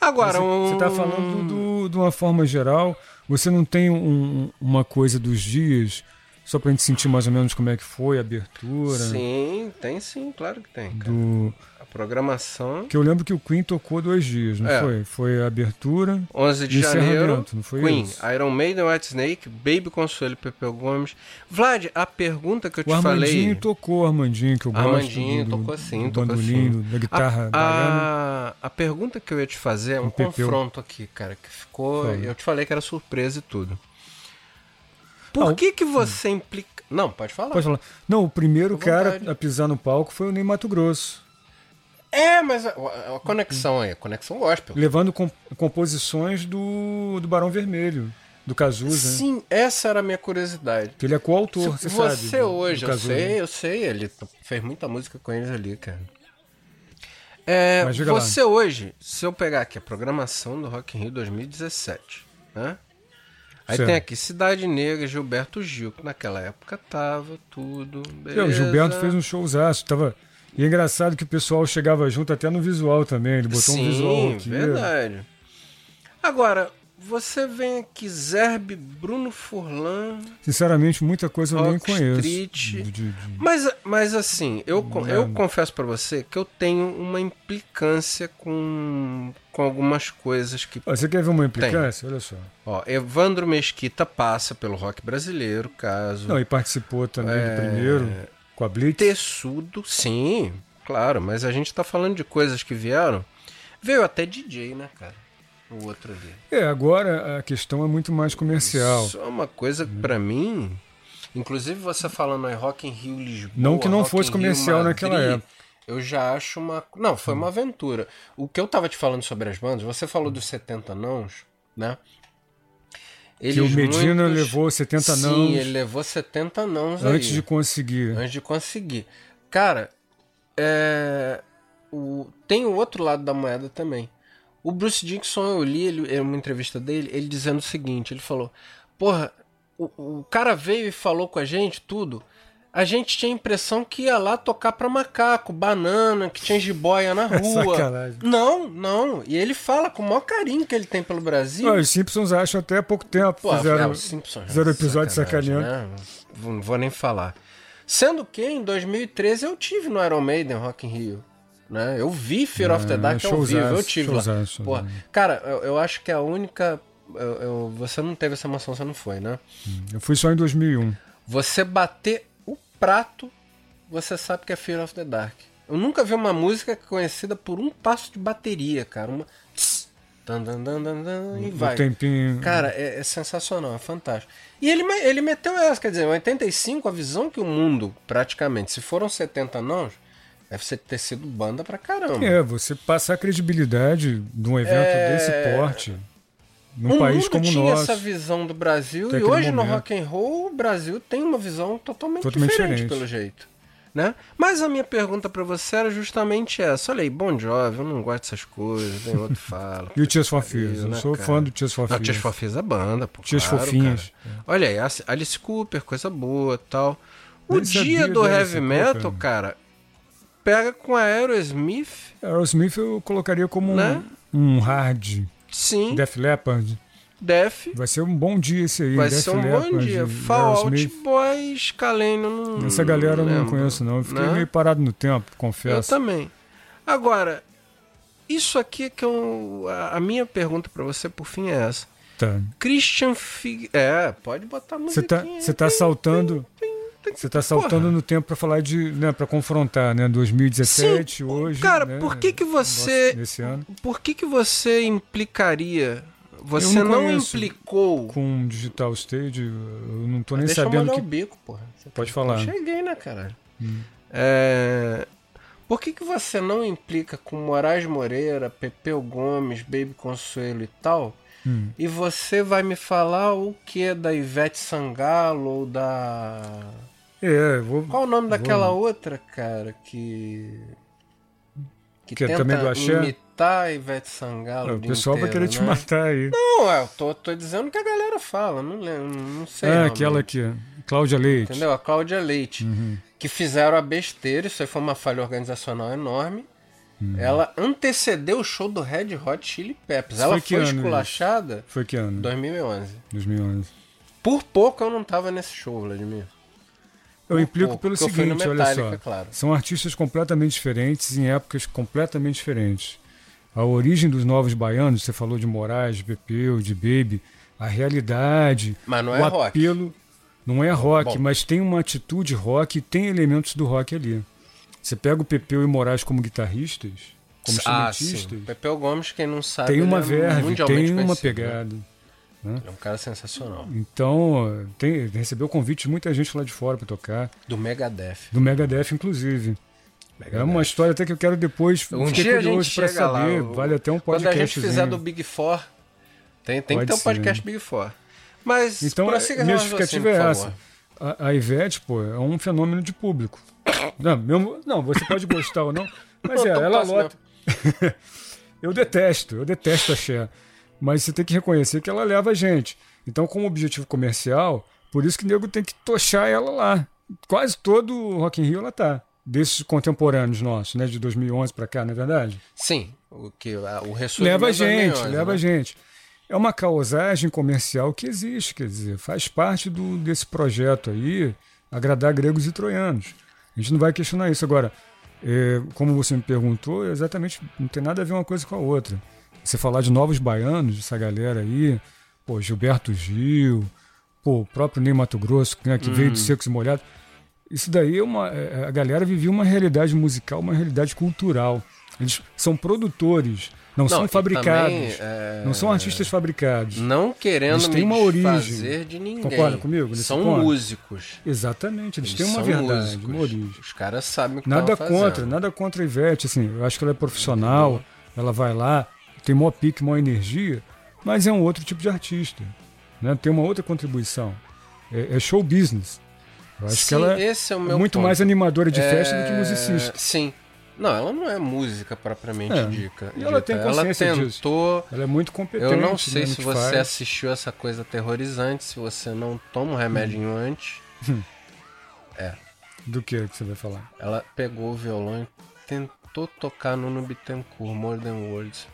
Speaker 2: Agora, um...
Speaker 1: Você está falando do- de uma forma geral, você não tem um- uma coisa dos dias, só pra gente sentir mais ou menos como é que foi a abertura.
Speaker 2: Sim, tem sim, claro que tem. cara.
Speaker 1: Do...
Speaker 2: A programação,
Speaker 1: Que eu lembro que o Queen tocou dois dias, não
Speaker 2: É.
Speaker 1: foi? Foi a abertura.
Speaker 2: 11 de janeiro,
Speaker 1: Encerramento, é não foi
Speaker 2: Queen,
Speaker 1: isso?
Speaker 2: Iron Maiden, White Snake, Baby Consuelo, Pepeu Gomes. Vlad, a pergunta que eu te
Speaker 1: O Armandinho
Speaker 2: falei...
Speaker 1: tocou, Armandinho, que eu gosto.
Speaker 2: Armandinho
Speaker 1: do, do,
Speaker 2: tocou sim,
Speaker 1: do
Speaker 2: tocou
Speaker 1: bandolim,
Speaker 2: sim.
Speaker 1: da guitarra baiana.
Speaker 2: a, a, a pergunta que eu ia te fazer é um
Speaker 1: Pepeu.
Speaker 2: confronto aqui, cara, que ficou.
Speaker 1: Fala.
Speaker 2: Eu te falei que era surpresa e tudo.
Speaker 1: Ah,
Speaker 2: Por
Speaker 1: o-
Speaker 2: que que você implica. Não, pode falar.
Speaker 1: Pode falar. Não, o primeiro
Speaker 2: Fica à
Speaker 1: cara
Speaker 2: vontade.
Speaker 1: a pisar no palco foi o Ney Mato Grosso,
Speaker 2: É, mas a, a- a conexão aí, a conexão gospel.
Speaker 1: levando com- composições do, do Barão Vermelho, do Cazuza. né?
Speaker 2: Sim, essa era a minha curiosidade.
Speaker 1: Que ele é coautor, você,
Speaker 2: Se você
Speaker 1: sabe. do-
Speaker 2: hoje,
Speaker 1: do
Speaker 2: eu
Speaker 1: Cazuza.
Speaker 2: sei, eu sei, ele t- fez muita música com eles ali, cara. É,
Speaker 1: Mas diga lá.
Speaker 2: você hoje, se eu pegar aqui a programação do Rock in Rio 2017, né? Aí
Speaker 1: Certo.
Speaker 2: tem aqui Cidade Negra, Gilberto Gil, que naquela época tava tudo, beleza.
Speaker 1: É, o Gilberto fez um showzaço, tava... E é engraçado que o pessoal chegava junto até no visual também, ele botou
Speaker 2: Sim,
Speaker 1: um visual aqui.
Speaker 2: verdade. Agora, você vem aqui Zerbe, Bruno Furlan,
Speaker 1: Sinceramente, muita coisa eu nem
Speaker 2: Rock
Speaker 1: conheço.
Speaker 2: Street.
Speaker 1: de- de- de-
Speaker 2: Mas, mas assim, eu, con- eu
Speaker 1: é Nada.
Speaker 2: confesso pra você que eu tenho uma implicância com, com algumas coisas que.
Speaker 1: Ó, Ah, Você quer ver uma implicância? Olha só.
Speaker 2: Ó, Evandro Mesquita passa pelo rock brasileiro, caso.
Speaker 1: Não, e participou também
Speaker 2: É.
Speaker 1: do primeiro, com a Blitz.
Speaker 2: Tessudo, sim, claro, mas a gente tá falando de coisas que vieram. Veio até DJ, né, cara? O outro ali.
Speaker 1: É, agora a questão é muito mais comercial.
Speaker 2: Isso é uma coisa que pra mim. Inclusive você falando aí Rock in Rio Lisboa.
Speaker 1: Não que não
Speaker 2: Rock in
Speaker 1: fosse
Speaker 2: Rio,
Speaker 1: comercial
Speaker 2: Madrid,
Speaker 1: naquela época.
Speaker 2: Eu já acho uma. Não, foi uma aventura. O que eu tava te falando sobre as bandas, você falou dos 70 nãos, né?
Speaker 1: Que o
Speaker 2: Eles
Speaker 1: Medina
Speaker 2: muitos-
Speaker 1: levou 70
Speaker 2: Sim,
Speaker 1: não
Speaker 2: ele levou 70 nãos
Speaker 1: antes
Speaker 2: aí,
Speaker 1: de conseguir.
Speaker 2: antes de conseguir. Cara, é, o... tem o outro lado da moeda também. O Bruce Dickinson, eu li ele, é uma entrevista dele, ele dizendo o seguinte, ele falou, porra, o, o cara veio e falou com a gente tudo, a gente tinha a impressão que ia lá tocar pra macaco, banana, que tinha jiboia na rua.
Speaker 1: É Sacanagem.
Speaker 2: não, não. E ele fala com o maior carinho que ele tem pelo Brasil.
Speaker 1: Não, Ah, os Simpsons acham até há pouco tempo.
Speaker 2: Pô, é,
Speaker 1: fizeram...
Speaker 2: os Simpsons,
Speaker 1: fizeram
Speaker 2: né?
Speaker 1: episódio
Speaker 2: Sacanagem, né? Não vou nem falar. Sendo que em 2013 eu tive no Iron Maiden Rock in Rio. Né? Eu vi Fear of the
Speaker 1: É,
Speaker 2: Dark ao vivo, eu
Speaker 1: showzaço,
Speaker 2: tive lá.
Speaker 1: showzaço,
Speaker 2: Pô,
Speaker 1: né?
Speaker 2: cara, eu, eu acho que a única. eu- eu- você não teve essa emoção, você não foi, né?
Speaker 1: Eu fui só em 2001.
Speaker 2: Você bater o prato, você sabe que é Fear of the Dark. Eu nunca vi uma música conhecida por um passo de bateria, cara. Uma. Tss, tan, tan, tan, tan, tan, e vai.
Speaker 1: O Um tempinho.
Speaker 2: Cara, é, é sensacional, é fantástico. E ele, me- ele meteu essa, quer dizer, em 85, a visão que o mundo, praticamente, se foram 70 não, deve ser- ter sido banda pra caramba.
Speaker 1: É, você passar a credibilidade de um evento desse porte num
Speaker 2: o
Speaker 1: país
Speaker 2: É. Um mundo
Speaker 1: como o
Speaker 2: tinha
Speaker 1: nosso.
Speaker 2: essa visão do Brasil
Speaker 1: Até
Speaker 2: e
Speaker 1: aquele
Speaker 2: hoje no
Speaker 1: momento.
Speaker 2: rock and roll o Brasil tem uma visão totalmente,
Speaker 1: Totalmente
Speaker 2: diferente,
Speaker 1: diferente.
Speaker 2: pelo jeito, né? Mas a minha pergunta pra você era justamente essa. Olha aí, Bon Jovi, eu não gosto dessas coisas, nem outro fala.
Speaker 1: E o Tias Fofias.
Speaker 2: Brasil,
Speaker 1: Eu
Speaker 2: né,
Speaker 1: sou
Speaker 2: cara?
Speaker 1: fã do Tias Fofias.
Speaker 2: Não, Tias Fofinhas é banda, pô.
Speaker 1: Tias
Speaker 2: claro,
Speaker 1: Fofinhas.
Speaker 2: cara. Olha aí, Alice- Alice Cooper, coisa boa tal. O
Speaker 1: Nem
Speaker 2: dia
Speaker 1: sabia né?
Speaker 2: do
Speaker 1: da Alice
Speaker 2: heavy metal,
Speaker 1: Cooper.
Speaker 2: cara, pega com a Aerosmith,
Speaker 1: Aerosmith eu colocaria como um-
Speaker 2: Né?
Speaker 1: um hard.
Speaker 2: sim.
Speaker 1: Def Leppard.
Speaker 2: Def.
Speaker 1: Vai ser um bom dia esse aí.
Speaker 2: Vai
Speaker 1: Def
Speaker 2: ser um bom
Speaker 1: Leppard,
Speaker 2: dia.
Speaker 1: Aerosmith.
Speaker 2: Fallout Boy, Scalene, eu não.
Speaker 1: Essa galera eu não
Speaker 2: lembro,
Speaker 1: conheço, não. Eu fiquei
Speaker 2: né?
Speaker 1: meio parado no tempo,
Speaker 2: Eu
Speaker 1: confesso.
Speaker 2: também. Agora, isso aqui é que eu. A a minha pergunta pra você, por fim, é essa.
Speaker 1: Tá.
Speaker 2: Christian Fig. É, pode botar
Speaker 1: Você
Speaker 2: música.
Speaker 1: tá, você tá saltando. Você tá saltando no tempo pra falar de. Né, pra confrontar, né? 2017,
Speaker 2: Sim,
Speaker 1: hoje.
Speaker 2: cara,
Speaker 1: né,
Speaker 2: por que que você-
Speaker 1: nosso- Nesse ano.
Speaker 2: Por que, que você implicaria? Você
Speaker 1: Eu não
Speaker 2: não,
Speaker 1: conheço.
Speaker 2: implicou.
Speaker 1: Com um Digital Stage, eu não tô nem
Speaker 2: Ah, Deixa eu um
Speaker 1: sabendo
Speaker 2: molhar
Speaker 1: que.
Speaker 2: o bico, porra. Você
Speaker 1: Pode falar.
Speaker 2: Cheguei, né, caralho?
Speaker 1: Hum.
Speaker 2: É, Por que, que você não implica com Moraes Moreira, Pepeu Gomes, Baby Consuelo e tal?
Speaker 1: Hum.
Speaker 2: E você vai me falar o que é da Ivete Sangalo ou da.
Speaker 1: É, eu vou.
Speaker 2: Qual o nome daquela outra, cara, que.
Speaker 1: Que é também do axé? Ah,
Speaker 2: imitar a Ivete Sangalo.
Speaker 1: é, O
Speaker 2: dia
Speaker 1: pessoal vai
Speaker 2: inteiro,
Speaker 1: querer te
Speaker 2: né?
Speaker 1: matar aí.
Speaker 2: Não, é, eu tô, tô dizendo o que a galera fala, não lembro, não sei.
Speaker 1: ah,
Speaker 2: realmente.
Speaker 1: aquela aqui. Cláudia Leite.
Speaker 2: Entendeu? A Cláudia Leite. Que fizeram a besteira, isso aí foi uma falha organizacional enorme. Ela antecedeu o show do Red Hot Chili Peppers.
Speaker 1: Isso
Speaker 2: Ela
Speaker 1: foi que
Speaker 2: foi
Speaker 1: ano isso?
Speaker 2: esculachada
Speaker 1: Foi que ano?
Speaker 2: em 2011.
Speaker 1: 2011.
Speaker 2: Por pouco eu não tava nesse show, Vladimir.
Speaker 1: Eu
Speaker 2: Por
Speaker 1: implico
Speaker 2: pouco,
Speaker 1: pelo
Speaker 2: porque eu fui no
Speaker 1: seguinte, olha
Speaker 2: Metallica,
Speaker 1: só.
Speaker 2: claro.
Speaker 1: São artistas completamente diferentes, em épocas completamente diferentes. A origem dos novos baianos, você falou de Moraes, de Pepeu, de Baby, a realidade,
Speaker 2: Mas não
Speaker 1: o
Speaker 2: é rock.
Speaker 1: apelo. Não é rock,
Speaker 2: Bom.
Speaker 1: mas tem uma atitude rock e tem elementos do rock ali. Você pega o Pepeu e Moraes como guitarristas, como instrumentistas,
Speaker 2: Pepeu Gomes, quem não sabe,
Speaker 1: tem
Speaker 2: Ah, ele
Speaker 1: uma
Speaker 2: é
Speaker 1: verve,
Speaker 2: mundialmente
Speaker 1: tem uma
Speaker 2: conhecido, né?
Speaker 1: pegada.
Speaker 2: Ele é um cara sensacional.
Speaker 1: Então, tem, recebeu convite de muita gente lá de fora para tocar,
Speaker 2: Do Megadeth.
Speaker 1: do Megadeth, inclusive. É uma história até que eu quero depois.
Speaker 2: Um
Speaker 1: fiquei
Speaker 2: dia a
Speaker 1: curioso
Speaker 2: gente
Speaker 1: pra
Speaker 2: chega lá.
Speaker 1: saber.
Speaker 2: o-
Speaker 1: Vale até um
Speaker 2: Quando
Speaker 1: podcast.
Speaker 2: a gente fizer do Big Four, tem, tem que
Speaker 1: Pode
Speaker 2: ter um podcast
Speaker 1: ser.
Speaker 2: Big Four. Mas
Speaker 1: Então,
Speaker 2: prossiga
Speaker 1: minha
Speaker 2: seu
Speaker 1: justificativa é
Speaker 2: raciocínio, por
Speaker 1: essa.
Speaker 2: favor.
Speaker 1: A, a Ivete, pô, é um fenômeno de público. Não, mesmo- não você pode gostar ou não, mas é,
Speaker 2: Então
Speaker 1: ela
Speaker 2: posso
Speaker 1: lota. eu detesto, eu detesto a Cher. Mas você tem que reconhecer que ela leva a gente. Então, como objetivo comercial, por isso que o nego tem que tochar ela lá. Quase todo o Rock in Rio ela tá. Desses contemporâneos nossos, né? De 2011 pra cá, não é verdade?
Speaker 2: Sim, o que a- o ressurgimento
Speaker 1: leva a
Speaker 2: das
Speaker 1: gente,
Speaker 2: leões,
Speaker 1: leva
Speaker 2: né?
Speaker 1: a gente. É uma causagem comercial que existe, quer dizer, faz parte do, desse projeto aí agradar gregos e troianos. A gente não vai questionar isso. Agora, é, como você me perguntou, é exatamente não tem nada a ver uma coisa com a outra. Você falar de novos baianos, essa galera aí, pô, Gilberto Gil, pô, o próprio Ney Mato Grosso, né, que veio de Secos e Molhados. Isso daí é uma. é- A galera vivia uma realidade musical, uma realidade cultural. Eles são produtores, não,
Speaker 2: e
Speaker 1: são fabricados.
Speaker 2: também, é, Hum.
Speaker 1: Não são artistas fabricados.
Speaker 2: Não querendo
Speaker 1: Eles têm
Speaker 2: me
Speaker 1: uma origem.
Speaker 2: desfazer de ninguém.
Speaker 1: Concorda comigo nesse
Speaker 2: São
Speaker 1: ponto?
Speaker 2: músicos.
Speaker 1: Exatamente, eles,
Speaker 2: Eles
Speaker 1: têm uma
Speaker 2: são
Speaker 1: verdade,
Speaker 2: músicos.
Speaker 1: uma origem.
Speaker 2: Os caras sabem o que
Speaker 1: Nada
Speaker 2: tavam fazendo.
Speaker 1: contra, né? nada contra a Ivete, assim, eu acho que ela é profissional, ela vai lá, tem maior pique, maior energia, mas é um outro tipo de artista, né? Tem uma outra contribuição. É, é show business. Eu acho que
Speaker 2: Sim,
Speaker 1: ela é
Speaker 2: esse é o meu
Speaker 1: muito
Speaker 2: ponto.
Speaker 1: mais animadora de festa do que
Speaker 2: É,
Speaker 1: musicista.
Speaker 2: Sim. Não, ela não é música propriamente
Speaker 1: É.
Speaker 2: dica.
Speaker 1: E ela
Speaker 2: dita.
Speaker 1: tem
Speaker 2: ela
Speaker 1: consciência disso.
Speaker 2: tentou.
Speaker 1: Ela é muito competente.
Speaker 2: Eu não
Speaker 1: né,
Speaker 2: sei
Speaker 1: no
Speaker 2: se
Speaker 1: que
Speaker 2: você
Speaker 1: faz.
Speaker 2: assistiu essa coisa aterrorizante, se você não toma um remedinho
Speaker 1: Hum.
Speaker 2: antes.
Speaker 1: Do que que você vai falar?
Speaker 2: Ela pegou o violão e tentou tocar no Bittencourt, More Than Words,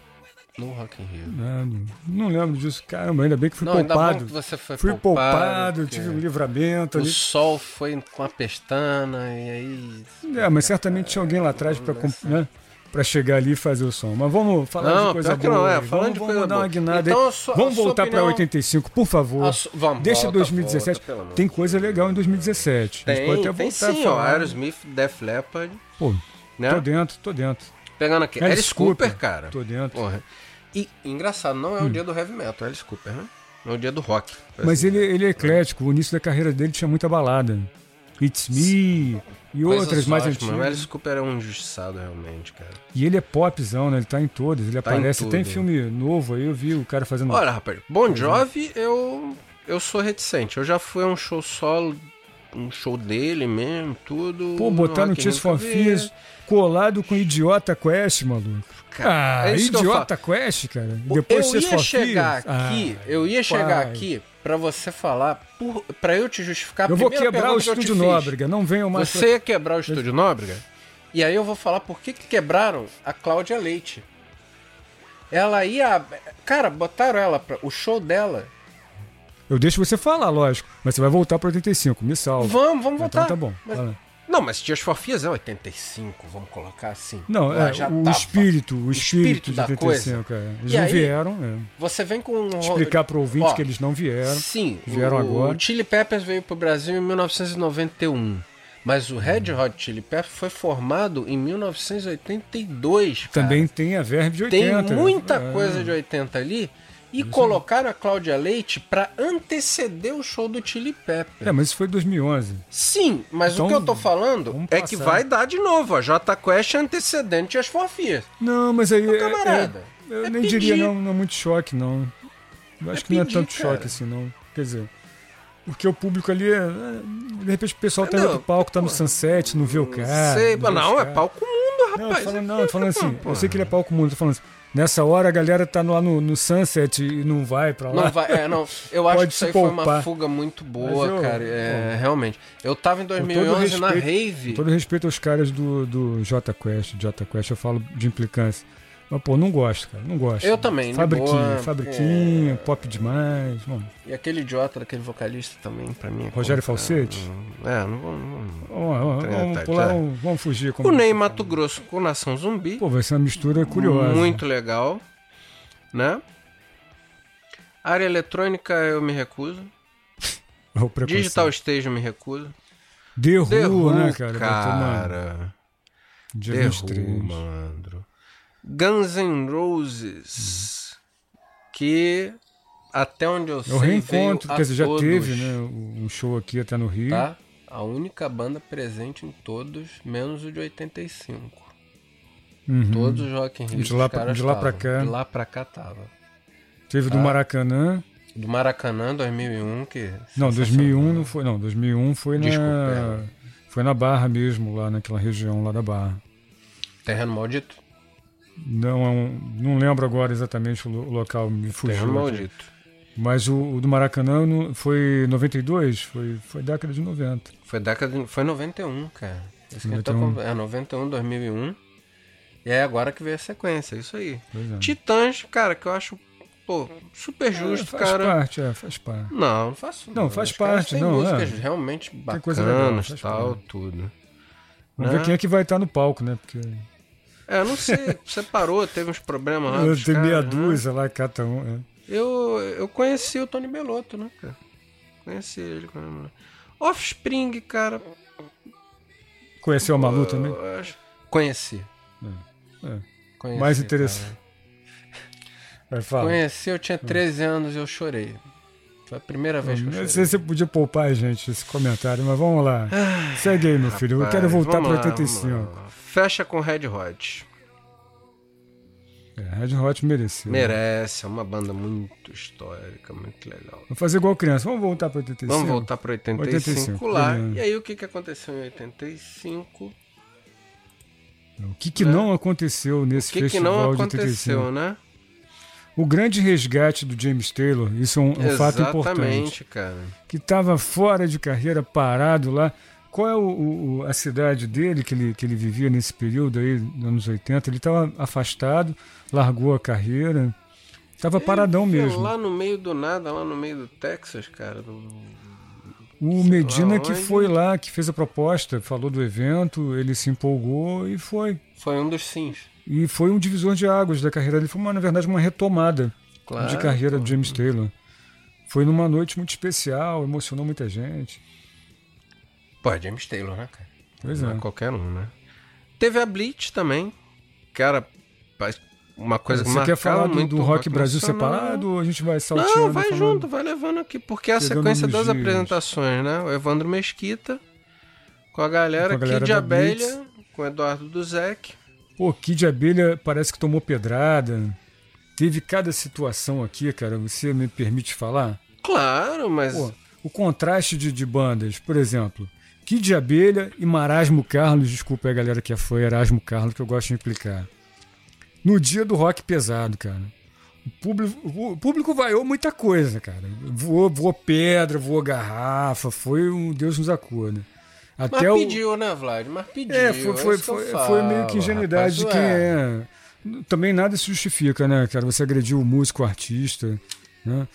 Speaker 2: no Rock in Rio.
Speaker 1: Ah, Não, não lembro disso. Caramba, ainda bem que fui
Speaker 2: não, ainda bom
Speaker 1: poupado.
Speaker 2: que você foi
Speaker 1: Fui poupado,
Speaker 2: porque
Speaker 1: tive um livramento
Speaker 2: O
Speaker 1: ali.
Speaker 2: sol foi com a pestana e aí...
Speaker 1: É, mas certamente tinha alguém lá atrás pra, comp- né, pra chegar ali e fazer o som. Mas vamos falar de
Speaker 2: Não,
Speaker 1: coisa
Speaker 2: pior que
Speaker 1: boa.
Speaker 2: não, é,
Speaker 1: hoje.
Speaker 2: falando
Speaker 1: vamos
Speaker 2: de
Speaker 1: vamos
Speaker 2: coisa
Speaker 1: dar uma
Speaker 2: boa.
Speaker 1: guinada
Speaker 2: Então,
Speaker 1: aí.
Speaker 2: a sua- a
Speaker 1: vamos
Speaker 2: sua
Speaker 1: voltar pra
Speaker 2: opinião-
Speaker 1: 85, por favor.
Speaker 2: A su- vamos,
Speaker 1: Deixa
Speaker 2: Ah, volta,
Speaker 1: 2017.
Speaker 2: volta, pelo amor
Speaker 1: tem
Speaker 2: de
Speaker 1: coisa legal em 2017. a gente pode até
Speaker 2: Tem, tem
Speaker 1: voltar a
Speaker 2: sim, ó,
Speaker 1: falar.
Speaker 2: Aerosmith, Def Leppard,
Speaker 1: Pô,
Speaker 2: né?
Speaker 1: tô dentro, tô dentro.
Speaker 2: Pegando aqui,
Speaker 1: Alice
Speaker 2: Alice Cooper,
Speaker 1: Cooper,
Speaker 2: cara.
Speaker 1: tô dentro. Hum.
Speaker 2: Porra. E, engraçado, não é o dia do heavy metal, Alice Cooper, né? É o dia do rock.
Speaker 1: Mas
Speaker 2: Assim.
Speaker 1: ele, ele é eclético. O início da carreira dele tinha muita balada. It's Me e
Speaker 2: Coisas
Speaker 1: outras mais
Speaker 2: ótimas, mas
Speaker 1: antigas.
Speaker 2: Alice Cooper é um injustiçado, realmente, cara.
Speaker 1: E ele é popzão, né? Ele tá em todas. Ele
Speaker 2: em
Speaker 1: aparece. Tem
Speaker 2: tudo.
Speaker 1: filme novo aí, eu vi o cara fazendo.
Speaker 2: Olha, rapaz,
Speaker 1: é.
Speaker 2: Bon Jovi, eu, eu sou reticente. Eu já fui a um show solo, um show dele mesmo, tudo. um
Speaker 1: Pô, botar no
Speaker 2: Rock in
Speaker 1: Tears
Speaker 2: Rio
Speaker 1: for
Speaker 2: que eu vi.
Speaker 1: Fears, colado com Idiota Quest, maluco.
Speaker 2: Cara,
Speaker 1: ah,
Speaker 2: é isso que eu
Speaker 1: Idiota Quest, cara.
Speaker 2: Pô,
Speaker 1: Depois
Speaker 2: eu
Speaker 1: Tears
Speaker 2: ia
Speaker 1: for
Speaker 2: chegar
Speaker 1: Fears.
Speaker 2: aqui,
Speaker 1: Ah,
Speaker 2: eu ia chegar
Speaker 1: pai.
Speaker 2: aqui pra você falar, por, pra eu te justificar. a
Speaker 1: Eu vou
Speaker 2: primeira
Speaker 1: quebrar o
Speaker 2: pergunta que eu te
Speaker 1: estúdio
Speaker 2: fiz.
Speaker 1: Nóbrega, não venham mais.
Speaker 2: Você ia quebrar o estúdio Nóbrega? E aí eu vou falar por que, que quebraram a Cláudia Leite. Ela ia. Cara, botaram ela pra. O show dela.
Speaker 1: Eu deixo você falar, lógico, mas você vai voltar para 85, me salva.
Speaker 2: Vamos, vamos voltar.
Speaker 1: Então tá bom.
Speaker 2: Mas-
Speaker 1: fala.
Speaker 2: Não, mas Just for Fears é 85, vamos colocar assim.
Speaker 1: Não,
Speaker 2: Ela
Speaker 1: é,
Speaker 2: já
Speaker 1: o
Speaker 2: tava.
Speaker 1: espírito, o espírito,
Speaker 2: espírito
Speaker 1: de
Speaker 2: da
Speaker 1: 85, é. Eles
Speaker 2: E
Speaker 1: não
Speaker 2: aí-
Speaker 1: vieram, é.
Speaker 2: Você vem com um.
Speaker 1: Explicar pro ouvinte
Speaker 2: Ó,
Speaker 1: que eles não vieram.
Speaker 2: Sim,
Speaker 1: vieram
Speaker 2: o,
Speaker 1: agora.
Speaker 2: o Chili Peppers veio pro Brasil em 1991. Mas o Red
Speaker 1: Hum.
Speaker 2: Hot Chili Peppers foi formado em 1982. cara.
Speaker 1: Também tem a verve de 80.
Speaker 2: Tem muita
Speaker 1: é.
Speaker 2: coisa de 80 ali. E colocaram a Cláudia Leite pra anteceder o show do Chili Peppers.
Speaker 1: É, mas isso foi em 2011.
Speaker 2: Sim, mas
Speaker 1: Então,
Speaker 2: o que eu tô falando
Speaker 1: vamos
Speaker 2: é que
Speaker 1: passar.
Speaker 2: vai dar de novo. A J Quest é antecedente às forfias.
Speaker 1: Não, mas aí. é-
Speaker 2: camarada,
Speaker 1: é- eu
Speaker 2: é
Speaker 1: nem
Speaker 2: pedir.
Speaker 1: diria, não, não é muito choque, não. Eu acho
Speaker 2: É
Speaker 1: que não é
Speaker 2: pedir,
Speaker 1: tanto choque
Speaker 2: cara.
Speaker 1: assim, não. Quer dizer, porque o público ali. é- é, De repente o pessoal tá em outro
Speaker 2: Não,
Speaker 1: palco, tá no sunset, não vê o cara.
Speaker 2: Sei,
Speaker 1: vê
Speaker 2: mas
Speaker 1: os
Speaker 2: não, é
Speaker 1: caras.
Speaker 2: palco mundo,
Speaker 1: Não, eu tô
Speaker 2: rapaz.
Speaker 1: falando,
Speaker 2: É
Speaker 1: não, eu tô falando
Speaker 2: palco,
Speaker 1: assim,
Speaker 2: pô.
Speaker 1: eu sei que ele é palco mundo, eu tô falando assim, nessa hora a galera tá lá no, no sunset e não vai pra lá.
Speaker 2: Não vai, é, não. Eu acho
Speaker 1: Pode
Speaker 2: que isso aí
Speaker 1: se
Speaker 2: foi
Speaker 1: poupar.
Speaker 2: uma fuga muito boa,
Speaker 1: Mas eu-
Speaker 2: cara. É, realmente. Eu tava em
Speaker 1: todo
Speaker 2: 2011 na
Speaker 1: respeito-
Speaker 2: Rave.
Speaker 1: Com todo respeito aos caras do, do J Quest, J Quest, eu falo de implicância. Mas, pô, não gosto, cara, não gosto.
Speaker 2: Eu também, de
Speaker 1: Fabriquinha,
Speaker 2: boa. é.
Speaker 1: fabriquinha, pop demais, mano.
Speaker 2: E aquele idiota daquele vocalista também, pra mim. é
Speaker 1: Rogério
Speaker 2: complicado.
Speaker 1: Falsetti?
Speaker 2: É, não vou. não vou-
Speaker 1: Vamos, vamos,
Speaker 2: Treta,
Speaker 1: vamos pular,
Speaker 2: tá.
Speaker 1: um- vamos fugir. Como
Speaker 2: O Ney Mato Grosso com Nação Zumbi.
Speaker 1: Pô, vai ser uma mistura curiosa.
Speaker 2: Muito legal. Né? Área eletrônica eu me recuso.
Speaker 1: É o preconceito.
Speaker 2: Digital Stage eu me recuso.
Speaker 1: The Who,
Speaker 2: The Who,
Speaker 1: né, cara?
Speaker 2: cara.
Speaker 1: Vai ter uma- Dia
Speaker 2: The
Speaker 1: 23.
Speaker 2: Who, malandro. Guns N' Roses. Que até onde eu
Speaker 1: É
Speaker 2: sei.
Speaker 1: o reencontro,
Speaker 2: veio a
Speaker 1: quer dizer, já
Speaker 2: todos,
Speaker 1: teve né, um show aqui até no Rio.
Speaker 2: Tá? A única banda presente em todos, menos o de 85.
Speaker 1: Uhum.
Speaker 2: Todos os Rock in Rio.
Speaker 1: De lá
Speaker 2: os
Speaker 1: pra-
Speaker 2: caras
Speaker 1: de lá pra
Speaker 2: tavam.
Speaker 1: cá.
Speaker 2: De lá pra cá tava.
Speaker 1: Teve do
Speaker 2: Tá.
Speaker 1: Maracanã.
Speaker 2: Do Maracanã, 2001, que...
Speaker 1: Não, 2001
Speaker 2: né?
Speaker 1: não foi. Não, 2001 foi na.
Speaker 2: Desculpa, é.
Speaker 1: Foi na Barra mesmo, lá naquela região lá da Barra.
Speaker 2: Terreno Maldito.
Speaker 1: Não, é um- não lembro agora exatamente o lo- o local, me
Speaker 2: Terreno
Speaker 1: fugiu. né? aqui.
Speaker 2: Maldito.
Speaker 1: Mas o, o do Maracanã não- foi 92, foi, foi década de 90.
Speaker 2: Foi década de... Foi 91, cara. Isso que eu tô
Speaker 1: 91.
Speaker 2: com- É, 91, 2001. E é agora que veio a sequência, isso aí.
Speaker 1: Pois é.
Speaker 2: Titãs, cara, que eu acho, pô, super justo,
Speaker 1: faz
Speaker 2: cara.
Speaker 1: parte, é, faz parte.
Speaker 2: Não, não faço
Speaker 1: Não, faz
Speaker 2: Os caras
Speaker 1: parte,
Speaker 2: têm
Speaker 1: não,
Speaker 2: músicas
Speaker 1: é.
Speaker 2: realmente bacanas,
Speaker 1: coisa legal, faz
Speaker 2: tal, tudo.
Speaker 1: Vamos
Speaker 2: Né?
Speaker 1: ver quem é que vai estar no palco, né? Porque
Speaker 2: É, eu não sei, você parou, teve uns problemas lá. dos
Speaker 1: tem meia
Speaker 2: caras, né?
Speaker 1: dúzia lá, cada um. é.
Speaker 2: Eu, eu conheci o Tony Belotto, né, cara? Conheci ele quando era moleque. Offspring, cara.
Speaker 1: Conheceu a Malu também?
Speaker 2: eu acho- Conheci.
Speaker 1: É.
Speaker 2: conheci,
Speaker 1: Mais interessante. Vai
Speaker 2: cara.
Speaker 1: falar.
Speaker 2: Conheci, eu tinha 13 anos e eu chorei. Foi a primeira vez que eu
Speaker 1: Não
Speaker 2: chorei.
Speaker 1: sei se você podia poupar a gente esse comentário, mas vamos lá. Segue aí, meu filho. Eu quero
Speaker 2: Vai,
Speaker 1: voltar
Speaker 2: vamos
Speaker 1: para
Speaker 2: lá, vamos
Speaker 1: 85.
Speaker 2: lá. Fecha com Red Hot.
Speaker 1: É, Red Hot mereceu.
Speaker 2: Merece, é uma banda muito histórica, muito legal.
Speaker 1: Vou fazer igual criança. Vamos voltar para 85.
Speaker 2: Vamos voltar para 85,
Speaker 1: 85,
Speaker 2: lá.
Speaker 1: beleza.
Speaker 2: E aí o que, que aconteceu em 85?
Speaker 1: O que, que não aconteceu nesse
Speaker 2: Né? O que, que
Speaker 1: festival
Speaker 2: não
Speaker 1: de 85?
Speaker 2: aconteceu, né?
Speaker 1: O grande resgate do James Taylor, isso é um, é um fato importante.
Speaker 2: Exatamente, cara.
Speaker 1: Que estava fora de carreira, parado lá. Qual é o- o- o- a cidade dele que ele, que ele vivia nesse período aí, nos anos 80? Ele estava afastado, largou a carreira. Estava paradão
Speaker 2: Foi
Speaker 1: mesmo.
Speaker 2: Lá no meio do nada, lá no meio do Texas, cara. do-
Speaker 1: O Medina que
Speaker 2: onde.
Speaker 1: foi lá, que fez a proposta, falou do evento, ele se empolgou e foi.
Speaker 2: Foi um dos sims.
Speaker 1: E foi um divisor de águas da carreira dele. Foi, uma, na verdade, uma retomada
Speaker 2: Claro.
Speaker 1: de carreira do James Taylor. Foi numa noite muito especial, emocionou muita gente.
Speaker 2: Pô, é James Taylor, né, cara?
Speaker 1: Pois
Speaker 2: Não
Speaker 1: é.
Speaker 2: é qualquer um, né? Teve a Bleach também. Cara, faz uma coisa que
Speaker 1: Você quer
Speaker 2: marcava
Speaker 1: falar do,
Speaker 2: muito
Speaker 1: do
Speaker 2: o
Speaker 1: Rock Brasil
Speaker 2: nacional. né?
Speaker 1: separado ou a gente vai salteando?
Speaker 2: Não, vai
Speaker 1: falando?
Speaker 2: junto, vai levando aqui, porque é a
Speaker 1: Pegando
Speaker 2: sequência
Speaker 1: nos
Speaker 2: das
Speaker 1: dias.
Speaker 2: apresentações, né? O Evandro Mesquita com a galera,
Speaker 1: Com a galera
Speaker 2: Kid
Speaker 1: da
Speaker 2: Abelha, com o Eduardo Duzek.
Speaker 1: Pô, Kid Abelha parece que tomou pedrada. Teve cada situação aqui, cara. Você me permite falar?
Speaker 2: Claro, mas
Speaker 1: Pô, o contraste de, de bandas, por exemplo, Kid Abelha e Marasmo Carlos, desculpa aí, galera, que foi Erasmo Carlos, que eu gosto de implicar. No dia do rock pesado, cara. O público, o público vaiou muita coisa, cara. Voou, voou pedra, voou garrafa, foi um Deus nos acorda.
Speaker 2: mas
Speaker 1: Até o.
Speaker 2: pediu, né, Vlad? Mas pediu.
Speaker 1: É, foi, foi,
Speaker 2: isso que eu
Speaker 1: foi,
Speaker 2: falo,
Speaker 1: foi meio que ingenuidade de
Speaker 2: rapaz,
Speaker 1: quem
Speaker 2: ué.
Speaker 1: é. também nada se justifica, né, cara? Você agrediu o músico, o artista, né?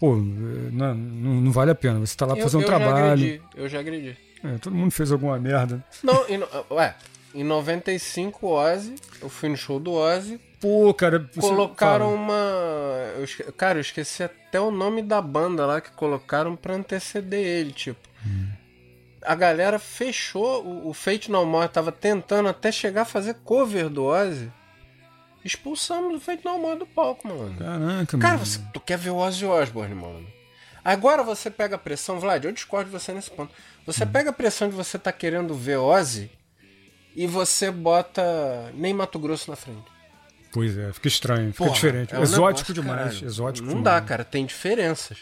Speaker 1: Pô, não, não, não vale a pena. Você tá lá pra
Speaker 2: eu,
Speaker 1: fazer um
Speaker 2: eu Já
Speaker 1: trabalho.
Speaker 2: agredi, eu já agredi.
Speaker 1: É, todo mundo fez alguma merda.
Speaker 2: Não, em, no- ué, em 95, o Ozzy, eu fui no show do Ozzy,
Speaker 1: Pô, cara. você-
Speaker 2: colocaram
Speaker 1: fala.
Speaker 2: uma. eu esque- cara, eu esqueci até o nome da banda lá que colocaram pra anteceder ele, tipo. A galera fechou, o, o Fate No More tava tentando até chegar a fazer cover do Ozzy. Expulsamos o Fate No More do palco, mano.
Speaker 1: Caraca,
Speaker 2: Cara,
Speaker 1: mano.
Speaker 2: você, tu quer ver o Ozzy Osbourne, mano. Agora você pega a pressão, Vlad, eu discordo de você nesse ponto.
Speaker 1: Hum.
Speaker 2: Você pega a pressão de você tá querendo ver Ozzy e você bota nem Mato Grosso na frente.
Speaker 1: Pois é, fica estranho, fica
Speaker 2: Porra,
Speaker 1: diferente.
Speaker 2: é um
Speaker 1: exótico
Speaker 2: negócio,
Speaker 1: demais.
Speaker 2: caralho.
Speaker 1: Exótico
Speaker 2: Não dá,
Speaker 1: demais. Hum.
Speaker 2: cara, tem diferenças.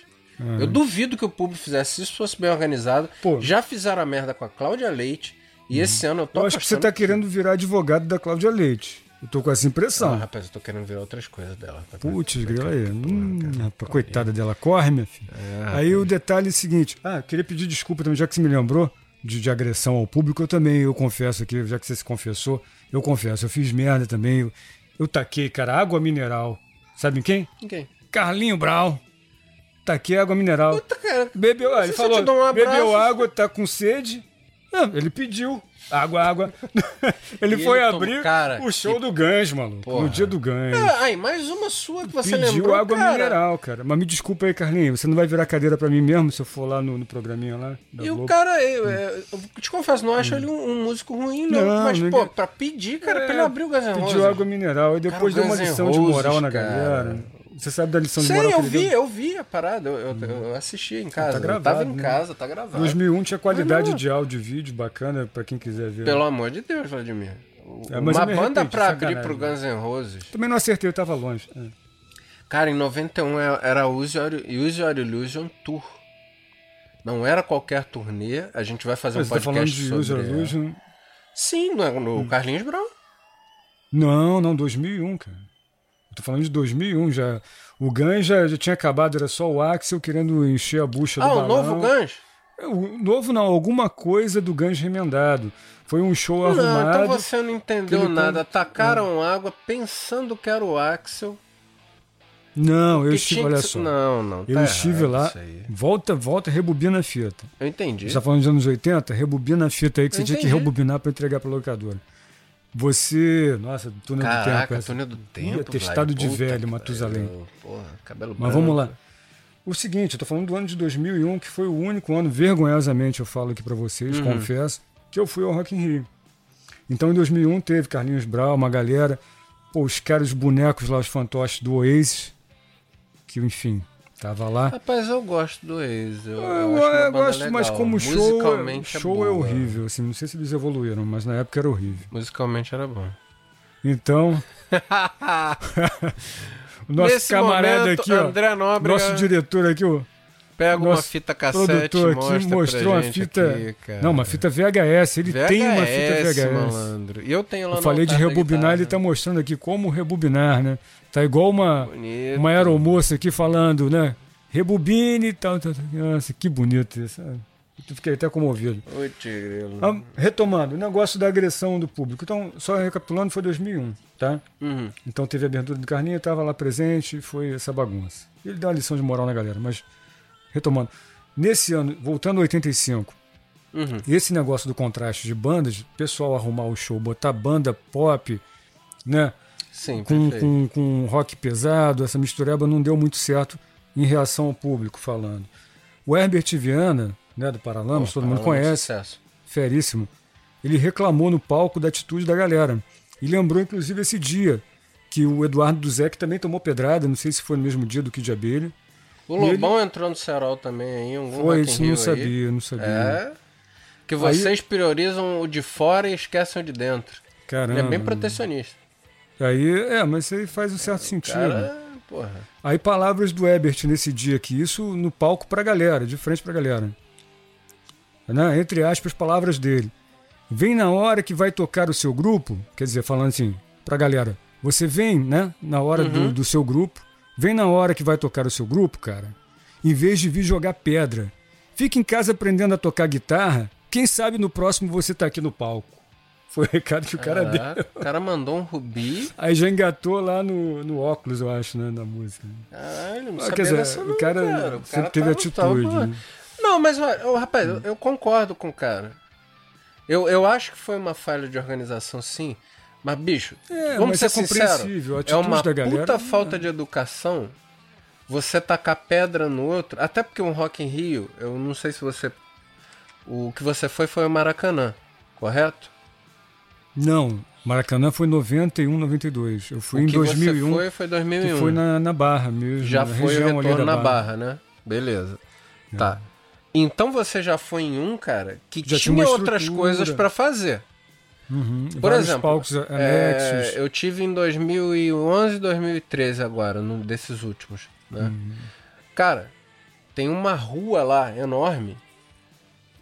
Speaker 2: Eu duvido que o público fizesse isso fosse bem organizado.
Speaker 1: Pô. Hum.
Speaker 2: Já fizeram a merda com a Cláudia Leite e esse ano eu tô
Speaker 1: Eu acho que você
Speaker 2: apostando
Speaker 1: tá querendo virar advogado da Cláudia Leite. Eu tô com essa
Speaker 2: Ah,
Speaker 1: impressão.
Speaker 2: rapaz, eu tô querendo ver outras coisas dela. rapaz.
Speaker 1: Putz, grila aí. Hum, rapaz, coitada dela, corre, minha filha. aí o detalhe é o seguinte: ah, eu queria pedir desculpa também, já que você me lembrou de, de agressão ao público, eu também, eu confesso aqui, já que você se confessou, eu confesso, eu fiz merda também. Eu, eu taquei, cara, água mineral. Sabe em quem?
Speaker 2: Ninguém.
Speaker 1: Carlinho Brown. Taquei água mineral.
Speaker 2: Puta, cara.
Speaker 1: Bebeu, ah,
Speaker 2: Se
Speaker 1: ele
Speaker 2: eu
Speaker 1: falou,
Speaker 2: te dou um abraço-
Speaker 1: bebeu água, tá com sede. Ah, ele pediu. Água, água. ele
Speaker 2: E
Speaker 1: foi
Speaker 2: ele tomou-
Speaker 1: abrir
Speaker 2: cara,
Speaker 1: o show do Gans, maluco.
Speaker 2: Porra.
Speaker 1: No dia do Gans.
Speaker 2: Ah, aí, mais uma sua que você
Speaker 1: Pediu
Speaker 2: Tá lembrou,
Speaker 1: água
Speaker 2: cara.
Speaker 1: mineral, cara. Mas me desculpa aí, Carlinhos. Você não vai virar cadeira pra mim mesmo se eu for lá no, no programinha lá? da
Speaker 2: E o
Speaker 1: Globo?
Speaker 2: cara, eu, eu- eu te confesso, não acho ele um, um músico ruim, não.
Speaker 1: Hum. Não,
Speaker 2: mas,
Speaker 1: ninguém-
Speaker 2: pô, pra pedir, cara,
Speaker 1: É,
Speaker 2: pra ele abrir o Guns N' Roses.
Speaker 1: Pediu água mineral e depois
Speaker 2: Cara, o
Speaker 1: deu uma
Speaker 2: Guns N'
Speaker 1: lição de moral
Speaker 2: Roses,
Speaker 1: na
Speaker 2: cara.
Speaker 1: galera. Você sabe da lição de
Speaker 2: Sim,
Speaker 1: moral que
Speaker 2: eu
Speaker 1: ele deu?
Speaker 2: vi, eu vi a parada. Eu, eu- eu assisti em casa.
Speaker 1: Hum. gravado,
Speaker 2: eu tava em
Speaker 1: né?
Speaker 2: casa, tá gravado.
Speaker 1: 2001 tinha qualidade
Speaker 2: Não.
Speaker 1: de áudio e vídeo bacana pra quem quiser ver.
Speaker 2: Pelo amor de Deus, Vladimir. O-
Speaker 1: É, mas eu
Speaker 2: uma
Speaker 1: me
Speaker 2: banda
Speaker 1: arrependo,
Speaker 2: pra
Speaker 1: sacanagem.
Speaker 2: abrir pro Guns N' Roses.
Speaker 1: Também não acertei, eu tava longe.
Speaker 2: um
Speaker 1: É.
Speaker 2: Cara, em 91 é- era Use Your, Use Your Illusion Tour. Não era qualquer turnê. A gente vai fazer um
Speaker 1: Mas você tá falando
Speaker 2: podcast
Speaker 1: de
Speaker 2: sobre...
Speaker 1: User Illusion? Hum.
Speaker 2: Sim, no, no Carlinhos Brown.
Speaker 1: Não, não, 2001, cara. Eu tô falando de 2001 já. O Guns já, já tinha acabado, era só o Axel querendo encher a bucha
Speaker 2: Ah,
Speaker 1: do
Speaker 2: o
Speaker 1: balão.
Speaker 2: novo Guns?
Speaker 1: É, O novo não, alguma coisa do Guns remendado. Foi um show
Speaker 2: Não,
Speaker 1: arrumado.
Speaker 2: então você não
Speaker 1: que
Speaker 2: entendeu
Speaker 1: ele
Speaker 2: nada. Tacaram água pensando que era o Axel.
Speaker 1: Não, eu
Speaker 2: que
Speaker 1: estive,
Speaker 2: tinha que
Speaker 1: olha
Speaker 2: ser-
Speaker 1: só.
Speaker 2: Não, não.
Speaker 1: eu
Speaker 2: tá
Speaker 1: estive
Speaker 2: errado
Speaker 1: lá.
Speaker 2: isso aí.
Speaker 1: Volta, volta, rebobina a fita.
Speaker 2: Eu entendi.
Speaker 1: Você tá falando dos anos 80? Rebobina a fita aí que
Speaker 2: Eu
Speaker 1: você tinha que
Speaker 2: entendi.
Speaker 1: rebobinar pra entregar pra locadora. Você. Nossa, túnel do tempo.
Speaker 2: Caraca,
Speaker 1: essa.
Speaker 2: túnel do
Speaker 1: Ih,
Speaker 2: tempo.
Speaker 1: é testado
Speaker 2: Vlad,
Speaker 1: de
Speaker 2: puta
Speaker 1: velho,
Speaker 2: que
Speaker 1: Matusalém.
Speaker 2: pariu. Porra, cabelo
Speaker 1: Mas
Speaker 2: branco.
Speaker 1: vamos lá. É. O seguinte, eu tô falando do ano de 2001, que foi o único ano, vergonhosamente eu falo aqui pra vocês, confesso, que eu fui ao Rock in Rio. Então em 2001 teve Carlinhos Brau, uma galera, pô, os caras, os bonecos lá, os fantoches do Oasis, que enfim, tava lá.
Speaker 2: Rapaz, eu gosto do ex. Eu,
Speaker 1: Eu,
Speaker 2: eu, acho
Speaker 1: eu
Speaker 2: uma banda
Speaker 1: gosto, mas
Speaker 2: legal.
Speaker 1: como show, é-
Speaker 2: Musicalmente
Speaker 1: show é,
Speaker 2: boa.
Speaker 1: horrível, assim, não sei se eles evoluíram, mas na época era horrível.
Speaker 2: Musicalmente era bom.
Speaker 1: Então, o nosso
Speaker 2: Nesse
Speaker 1: camarada
Speaker 2: momento,
Speaker 1: aqui, ó,
Speaker 2: André Nóbrega-
Speaker 1: nosso diretor aqui, ó,
Speaker 2: Pega uma
Speaker 1: Nosso
Speaker 2: fita cassete,
Speaker 1: produtor
Speaker 2: mostra
Speaker 1: aqui
Speaker 2: pra
Speaker 1: mostrou uma
Speaker 2: gente
Speaker 1: fita.
Speaker 2: aqui, cara.
Speaker 1: Não, uma fita VHS. Ele tem uma
Speaker 2: VHS,
Speaker 1: fita VHS.
Speaker 2: É, Malandro. E eu tenho lá
Speaker 1: Eu
Speaker 2: no
Speaker 1: falei de
Speaker 2: altar da
Speaker 1: rebobinar, ele tá
Speaker 2: guitarra.
Speaker 1: mostrando aqui como rebobinar, né? Tá igual uma,
Speaker 2: Bonito.
Speaker 1: uma aeromoça aqui falando, né? Rebobine e tal, tal, tal. Nossa, que bonito isso. sabe? Eu fiquei até comovido.
Speaker 2: Ô, Tigrelo.
Speaker 1: Ah, retomando, o negócio da agressão do público. Então, só recapitulando, foi 2001, tá?
Speaker 2: Uhum.
Speaker 1: Então teve a abertura do Carlinho, eu tava lá presente, foi essa bagunça. Ele deu uma lição de moral na galera, mas retomando. Nesse ano, voltando a 85,
Speaker 2: Uhum.
Speaker 1: esse negócio do contraste de bandas, o pessoal arrumar o show, botar banda pop, né?
Speaker 2: Sim,
Speaker 1: Com,
Speaker 2: perfeito.
Speaker 1: com, com rock pesado, essa mistureba não deu muito certo em reação ao público falando. O Herbert Viana, né, do Paralamas, todo mundo
Speaker 2: Paralamas é
Speaker 1: conhece,
Speaker 2: sucesso.
Speaker 1: feríssimo, ele reclamou no palco da atitude da galera. E lembrou, inclusive, esse dia que o Eduardo Duzek também tomou pedrada, não sei se foi no mesmo dia do Kid de Abelha.
Speaker 2: O Lobão entrou no Serol também aí, em algum
Speaker 1: Foi,
Speaker 2: Rock in
Speaker 1: isso eu não
Speaker 2: Rio aí.
Speaker 1: sabia, não sabia.
Speaker 2: É. Que vocês priorizam o de fora e esquecem o de dentro.
Speaker 1: Caramba.
Speaker 2: Ele é bem protecionista.
Speaker 1: Aí, é, mas isso aí faz um certo sentido.
Speaker 2: Cara, porra.
Speaker 1: Aí palavras do Ebert nesse dia aqui, isso no palco pra galera, de frente pra galera. Né? Entre aspas, palavras dele. Vem na hora que vai tocar o seu grupo, quer dizer, falando assim, pra galera, você vem, né, na hora do, do seu grupo, vem na hora que vai tocar o seu grupo, cara, em vez de vir jogar pedra. Fica em casa aprendendo a tocar guitarra, quem sabe no próximo você tá aqui no palco. Foi o recado que o cara
Speaker 2: Caraca,
Speaker 1: deu.
Speaker 2: O cara mandou um rubi.
Speaker 1: Aí já engatou lá no, no óculos, eu acho, né? Na música.
Speaker 2: Caralho, não
Speaker 1: Ah,
Speaker 2: sabia
Speaker 1: quer dizer,
Speaker 2: dessa não,
Speaker 1: o cara
Speaker 2: cara. O
Speaker 1: sempre
Speaker 2: cara tá
Speaker 1: teve
Speaker 2: tava-
Speaker 1: atitude,
Speaker 2: tava-
Speaker 1: né?
Speaker 2: Não, mas, olha, ô, rapaz, eu, eu concordo com o cara. Eu, eu acho que foi uma falha de organização, sim. Mas, bicho,
Speaker 1: É,
Speaker 2: vamos
Speaker 1: mas
Speaker 2: ser
Speaker 1: é
Speaker 2: sinceros.
Speaker 1: compreensível, a
Speaker 2: É
Speaker 1: atitude
Speaker 2: uma
Speaker 1: da galera
Speaker 2: puta
Speaker 1: não- é.
Speaker 2: falta de educação você tacar pedra no outro. Até porque um Rock em Rio, eu não sei se você... O que você foi foi o Maracanã, correto?
Speaker 1: Não, Maracanã foi um, em 91, 92. Eu fui
Speaker 2: o
Speaker 1: em
Speaker 2: que
Speaker 1: 2001,
Speaker 2: você foi foi
Speaker 1: que
Speaker 2: 2001.
Speaker 1: foi na, na Barra mesmo.
Speaker 2: já
Speaker 1: na
Speaker 2: foi o
Speaker 1: região ali
Speaker 2: retorno
Speaker 1: da É.
Speaker 2: na barra, né? Beleza. Tá. Então você já foi em um, cara, que
Speaker 1: Já tinha
Speaker 2: tinha
Speaker 1: uma
Speaker 2: outras
Speaker 1: estrutura.
Speaker 2: coisas pra fazer.
Speaker 1: Uhum,
Speaker 2: Por
Speaker 1: vários
Speaker 2: exemplo,
Speaker 1: palcos
Speaker 2: é,
Speaker 1: anexos.
Speaker 2: eu tive em 2011 e 2013 agora, num desses últimos, né?
Speaker 1: Uhum.
Speaker 2: Cara, tem uma rua lá enorme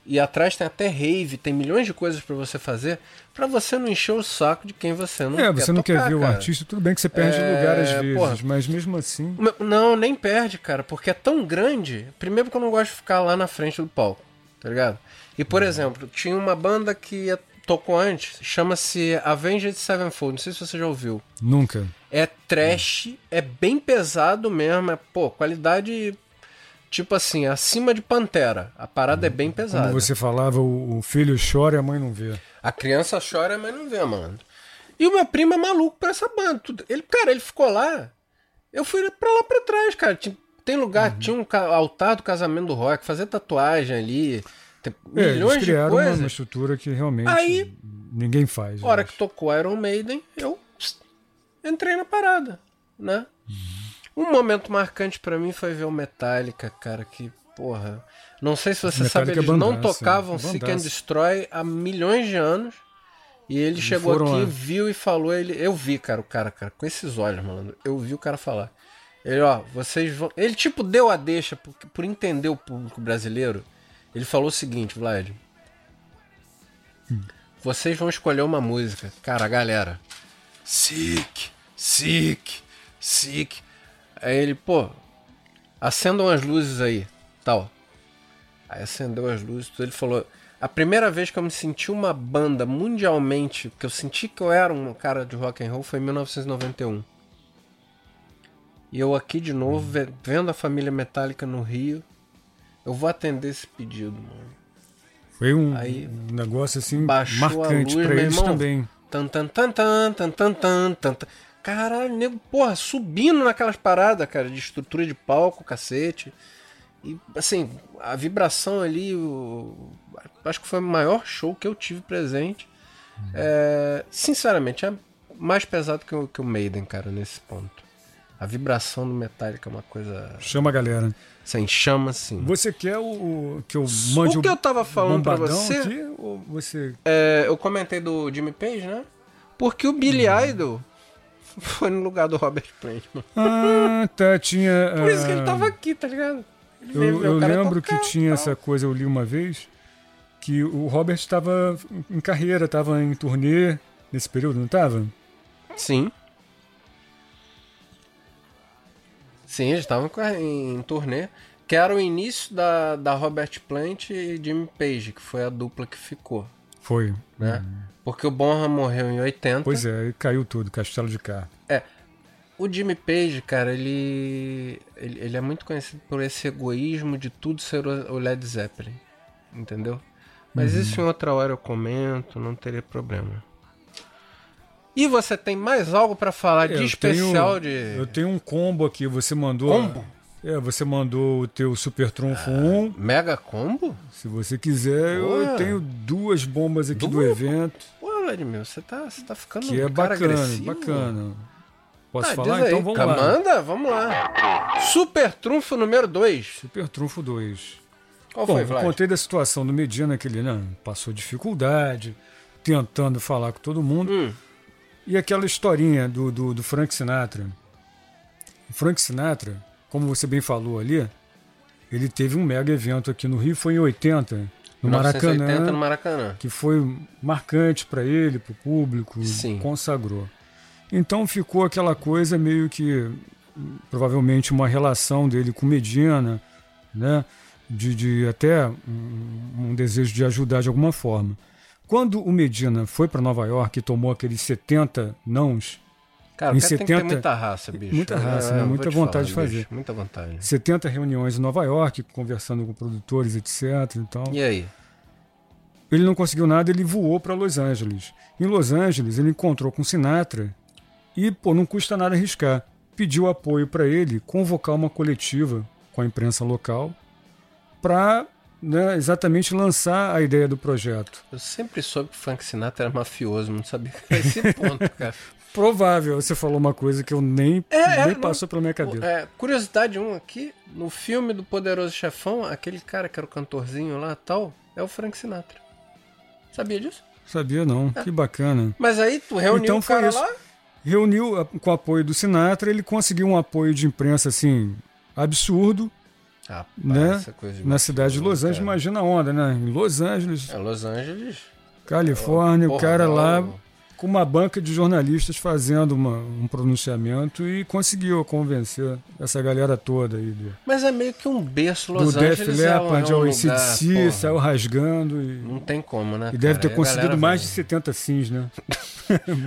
Speaker 2: e atrás tem até rave, tem milhões de coisas pra você fazer, pra você não encher o saco de quem você não
Speaker 1: é,
Speaker 2: quer
Speaker 1: você não quer
Speaker 2: tocar,
Speaker 1: ver o
Speaker 2: cara.
Speaker 1: artista, tudo bem que você perde
Speaker 2: É,
Speaker 1: lugar às vezes,
Speaker 2: porra.
Speaker 1: mas mesmo assim.
Speaker 2: Meu, Não, nem perde, cara, porque é tão grande. Primeiro que eu não gosto de ficar lá na frente do palco, tá ligado? E, por exemplo, tinha uma banda que é, tocou antes, chama-se Avenged Sevenfold, não sei se você já ouviu.
Speaker 1: Nunca.
Speaker 2: É trash, é bem pesado mesmo, é, pô, qualidade, tipo assim, acima de Pantera. A parada é bem
Speaker 1: Como
Speaker 2: pesada.
Speaker 1: você falava, o, o filho chora e a mãe não vê.
Speaker 2: A criança chora, mas não vê, mano. E o meu primo é maluco pra essa banda. tudo. Ele, cara, ele ficou lá. Eu fui pra lá pra trás, cara. Tinha- tem
Speaker 1: Uhum.
Speaker 2: lugar, tinha um ca- altar do casamento do rock, fazer tatuagem ali. Tem
Speaker 1: É,
Speaker 2: milhões
Speaker 1: eles
Speaker 2: de
Speaker 1: criaram uma-
Speaker 2: coisas.
Speaker 1: uma estrutura que realmente
Speaker 2: Aí-
Speaker 1: ninguém faz. eu
Speaker 2: hora
Speaker 1: acho.
Speaker 2: que tocou Iron Maiden, eu pss, entrei na parada, né?
Speaker 1: Uhum.
Speaker 2: Um momento marcante pra mim foi ver o Metallica, cara, que porra. Não sei se você sabe,
Speaker 1: Metallica
Speaker 2: eles
Speaker 1: é
Speaker 2: não
Speaker 1: bandaça,
Speaker 2: tocavam
Speaker 1: é
Speaker 2: Seek and
Speaker 1: bandaça.
Speaker 2: Destroy há milhões de anos. E ele chegou
Speaker 1: foram
Speaker 2: aqui,
Speaker 1: lá.
Speaker 2: viu e falou, ele, eu vi, cara, o cara, cara, com esses olhos, mano. Eu vi o cara falar. Ele, ó, vocês vão, ele tipo deu a deixa por, por entender o público brasileiro. Ele falou o seguinte, Vlad, vocês vão escolher uma música. Cara, a galera. Sick, sick, sick. Aí ele, pô, acendam as luzes aí, tal. Aí acendeu as luzes, tudo. Ele falou: a primeira vez que eu me senti uma banda mundialmente, que eu senti que eu era um cara de rock and roll, foi em 1991. E eu aqui de novo, ve- vendo a família Metallica no Rio, eu vou atender esse pedido, mano.
Speaker 1: Foi um,
Speaker 2: Aí-
Speaker 1: um negócio assim
Speaker 2: Baixou
Speaker 1: marcante
Speaker 2: a luz,
Speaker 1: pra
Speaker 2: meu
Speaker 1: eles
Speaker 2: irmão.
Speaker 1: também.
Speaker 2: Tan, tan, tan, tan, tan, tan, tan, tan, tan. Caralho, nego, porra, subindo naquelas paradas, cara, de estrutura de palco, cacete. E, assim, a vibração ali, o- acho que foi o maior show que eu tive presente.
Speaker 1: Uhum.
Speaker 2: É, sinceramente, é mais pesado que o, que o Maiden, cara, nesse ponto. A vibração do Metallica é uma coisa
Speaker 1: Chama a galera.
Speaker 2: sem chama, assim.
Speaker 1: Você quer o, o- que eu mande um
Speaker 2: o que eu tava falando pra
Speaker 1: bombadão
Speaker 2: você-
Speaker 1: aqui, ou você
Speaker 2: É, eu comentei do Jimmy Page, né? Porque o Billy
Speaker 1: Uhum.
Speaker 2: Idol foi no lugar do Robert Plant, mano.
Speaker 1: Ah, tá, tinha.
Speaker 2: Por isso que
Speaker 1: ah,
Speaker 2: ele tava aqui, tá ligado? Ele veio
Speaker 1: Eu,
Speaker 2: ver
Speaker 1: eu
Speaker 2: o cara
Speaker 1: lembro
Speaker 2: tocar
Speaker 1: que
Speaker 2: e
Speaker 1: tinha
Speaker 2: tal.
Speaker 1: essa coisa, eu li uma vez, que o Robert estava em carreira, estava em turnê nesse período, não estava?
Speaker 2: Sim. Sim, eles estavam com a- em, em turnê. Que era o início da, da Robert Plant e Jimmy Page, que foi a dupla que ficou,
Speaker 1: Foi.
Speaker 2: né? Porque o Bonham morreu em 80.
Speaker 1: Uhum. Pois é, aí caiu tudo, Castelo de Carta.
Speaker 2: É. O Jimmy Page, cara, ele, ele. ele é muito conhecido por esse egoísmo de tudo ser o o Led Zeppelin. Entendeu? Mas
Speaker 1: Uhum.
Speaker 2: isso em outra hora eu comento, não teria problema. E você tem mais algo pra falar de
Speaker 1: Eu tenho-
Speaker 2: especial de.
Speaker 1: Eu tenho um combo aqui, você mandou.
Speaker 2: Combo? Ah.
Speaker 1: É, você mandou o teu Super Trunfo 1.
Speaker 2: Mega combo?
Speaker 1: Se você quiser,
Speaker 2: Boa.
Speaker 1: eu tenho duas bombas aqui do
Speaker 2: Duas?
Speaker 1: evento,
Speaker 2: Pô, Vladimir, você tá, você tá ficando
Speaker 1: que é
Speaker 2: um cara
Speaker 1: bacana,
Speaker 2: agressivo.
Speaker 1: bacana. Posso
Speaker 2: Ah,
Speaker 1: falar?
Speaker 2: diz aí.
Speaker 1: Então vamos lá.
Speaker 2: Manda, vamos lá. Super trunfo número 2.
Speaker 1: Super Trunfo 2.
Speaker 2: Qual
Speaker 1: Bom,
Speaker 2: foi,
Speaker 1: eu
Speaker 2: Vlad?
Speaker 1: contei da situação do Medina, que ele né, passou dificuldade, tentando falar com todo mundo.
Speaker 2: Hum.
Speaker 1: E aquela historinha do, do, do Frank Sinatra. O Frank Sinatra, como você bem falou ali, ele teve um mega evento aqui no Rio, foi em 80, no
Speaker 2: 1980
Speaker 1: Maracanã,
Speaker 2: no Maracanã.
Speaker 1: que foi marcante para ele, para o público,
Speaker 2: Sim.
Speaker 1: consagrou. Então ficou aquela coisa meio que provavelmente uma relação dele com Medina, né? De, de até um, um desejo de ajudar de alguma forma. Quando o Medina foi para Nova York e tomou aqueles 70 nãos,
Speaker 2: Cara,
Speaker 1: Em
Speaker 2: o cara tem que
Speaker 1: 70
Speaker 2: ter muita raça, bicho.
Speaker 1: muita raça, né?
Speaker 2: eu vou
Speaker 1: Muita
Speaker 2: te
Speaker 1: vontade de
Speaker 2: bicho,
Speaker 1: fazer.
Speaker 2: Muita vontade.
Speaker 1: 70 reuniões em Nova York, conversando com produtores, então, etc. E tal.
Speaker 2: E aí?
Speaker 1: Ele não conseguiu nada, ele voou para Los Angeles. Em Los Angeles, ele encontrou com Sinatra e, pô, não custa nada arriscar. Pediu apoio para ele convocar uma coletiva com a imprensa local para exatamente lançar a ideia do projeto.
Speaker 2: Eu sempre soube que Frank Sinatra era mafioso, não sabia que era esse ponto, cara.
Speaker 1: Provável, você falou uma coisa que eu nem,
Speaker 2: É, é,
Speaker 1: nem
Speaker 2: não-
Speaker 1: passou pela minha cabeça.
Speaker 2: É, curiosidade um aqui, no filme do Poderoso Chefão, aquele cara que era o cantorzinho lá tal, é o Frank Sinatra. Sabia disso?
Speaker 1: Sabia não,
Speaker 2: É.
Speaker 1: que bacana.
Speaker 2: Mas aí tu reuniu
Speaker 1: Então
Speaker 2: o
Speaker 1: foi
Speaker 2: cara
Speaker 1: isso.
Speaker 2: lá,
Speaker 1: reuniu a- com o apoio do Sinatra, ele conseguiu um apoio de imprensa assim absurdo
Speaker 2: Rapaz,
Speaker 1: Né?
Speaker 2: essa coisa de
Speaker 1: na cidade de
Speaker 2: mafioso,
Speaker 1: Los Angeles.
Speaker 2: cara.
Speaker 1: Imagina a onda, né? Em Los Angeles,
Speaker 2: É, Los Angeles.
Speaker 1: Califórnia, o
Speaker 2: Porra,
Speaker 1: cara
Speaker 2: não,
Speaker 1: lá com uma banca de jornalistas fazendo uma- um pronunciamento e conseguiu convencer essa galera toda aí do,
Speaker 2: Mas é meio que um berço Los
Speaker 1: do Def
Speaker 2: Angeles. é um-
Speaker 1: Leppard
Speaker 2: é um
Speaker 1: ao
Speaker 2: lugar,
Speaker 1: ACDC,
Speaker 2: porra,
Speaker 1: saiu rasgando e,
Speaker 2: Não tem como, né?
Speaker 1: e deve
Speaker 2: cara?
Speaker 1: ter
Speaker 2: Aí a
Speaker 1: conseguido
Speaker 2: galera um
Speaker 1: mais de
Speaker 2: vai.
Speaker 1: 70 sims, né?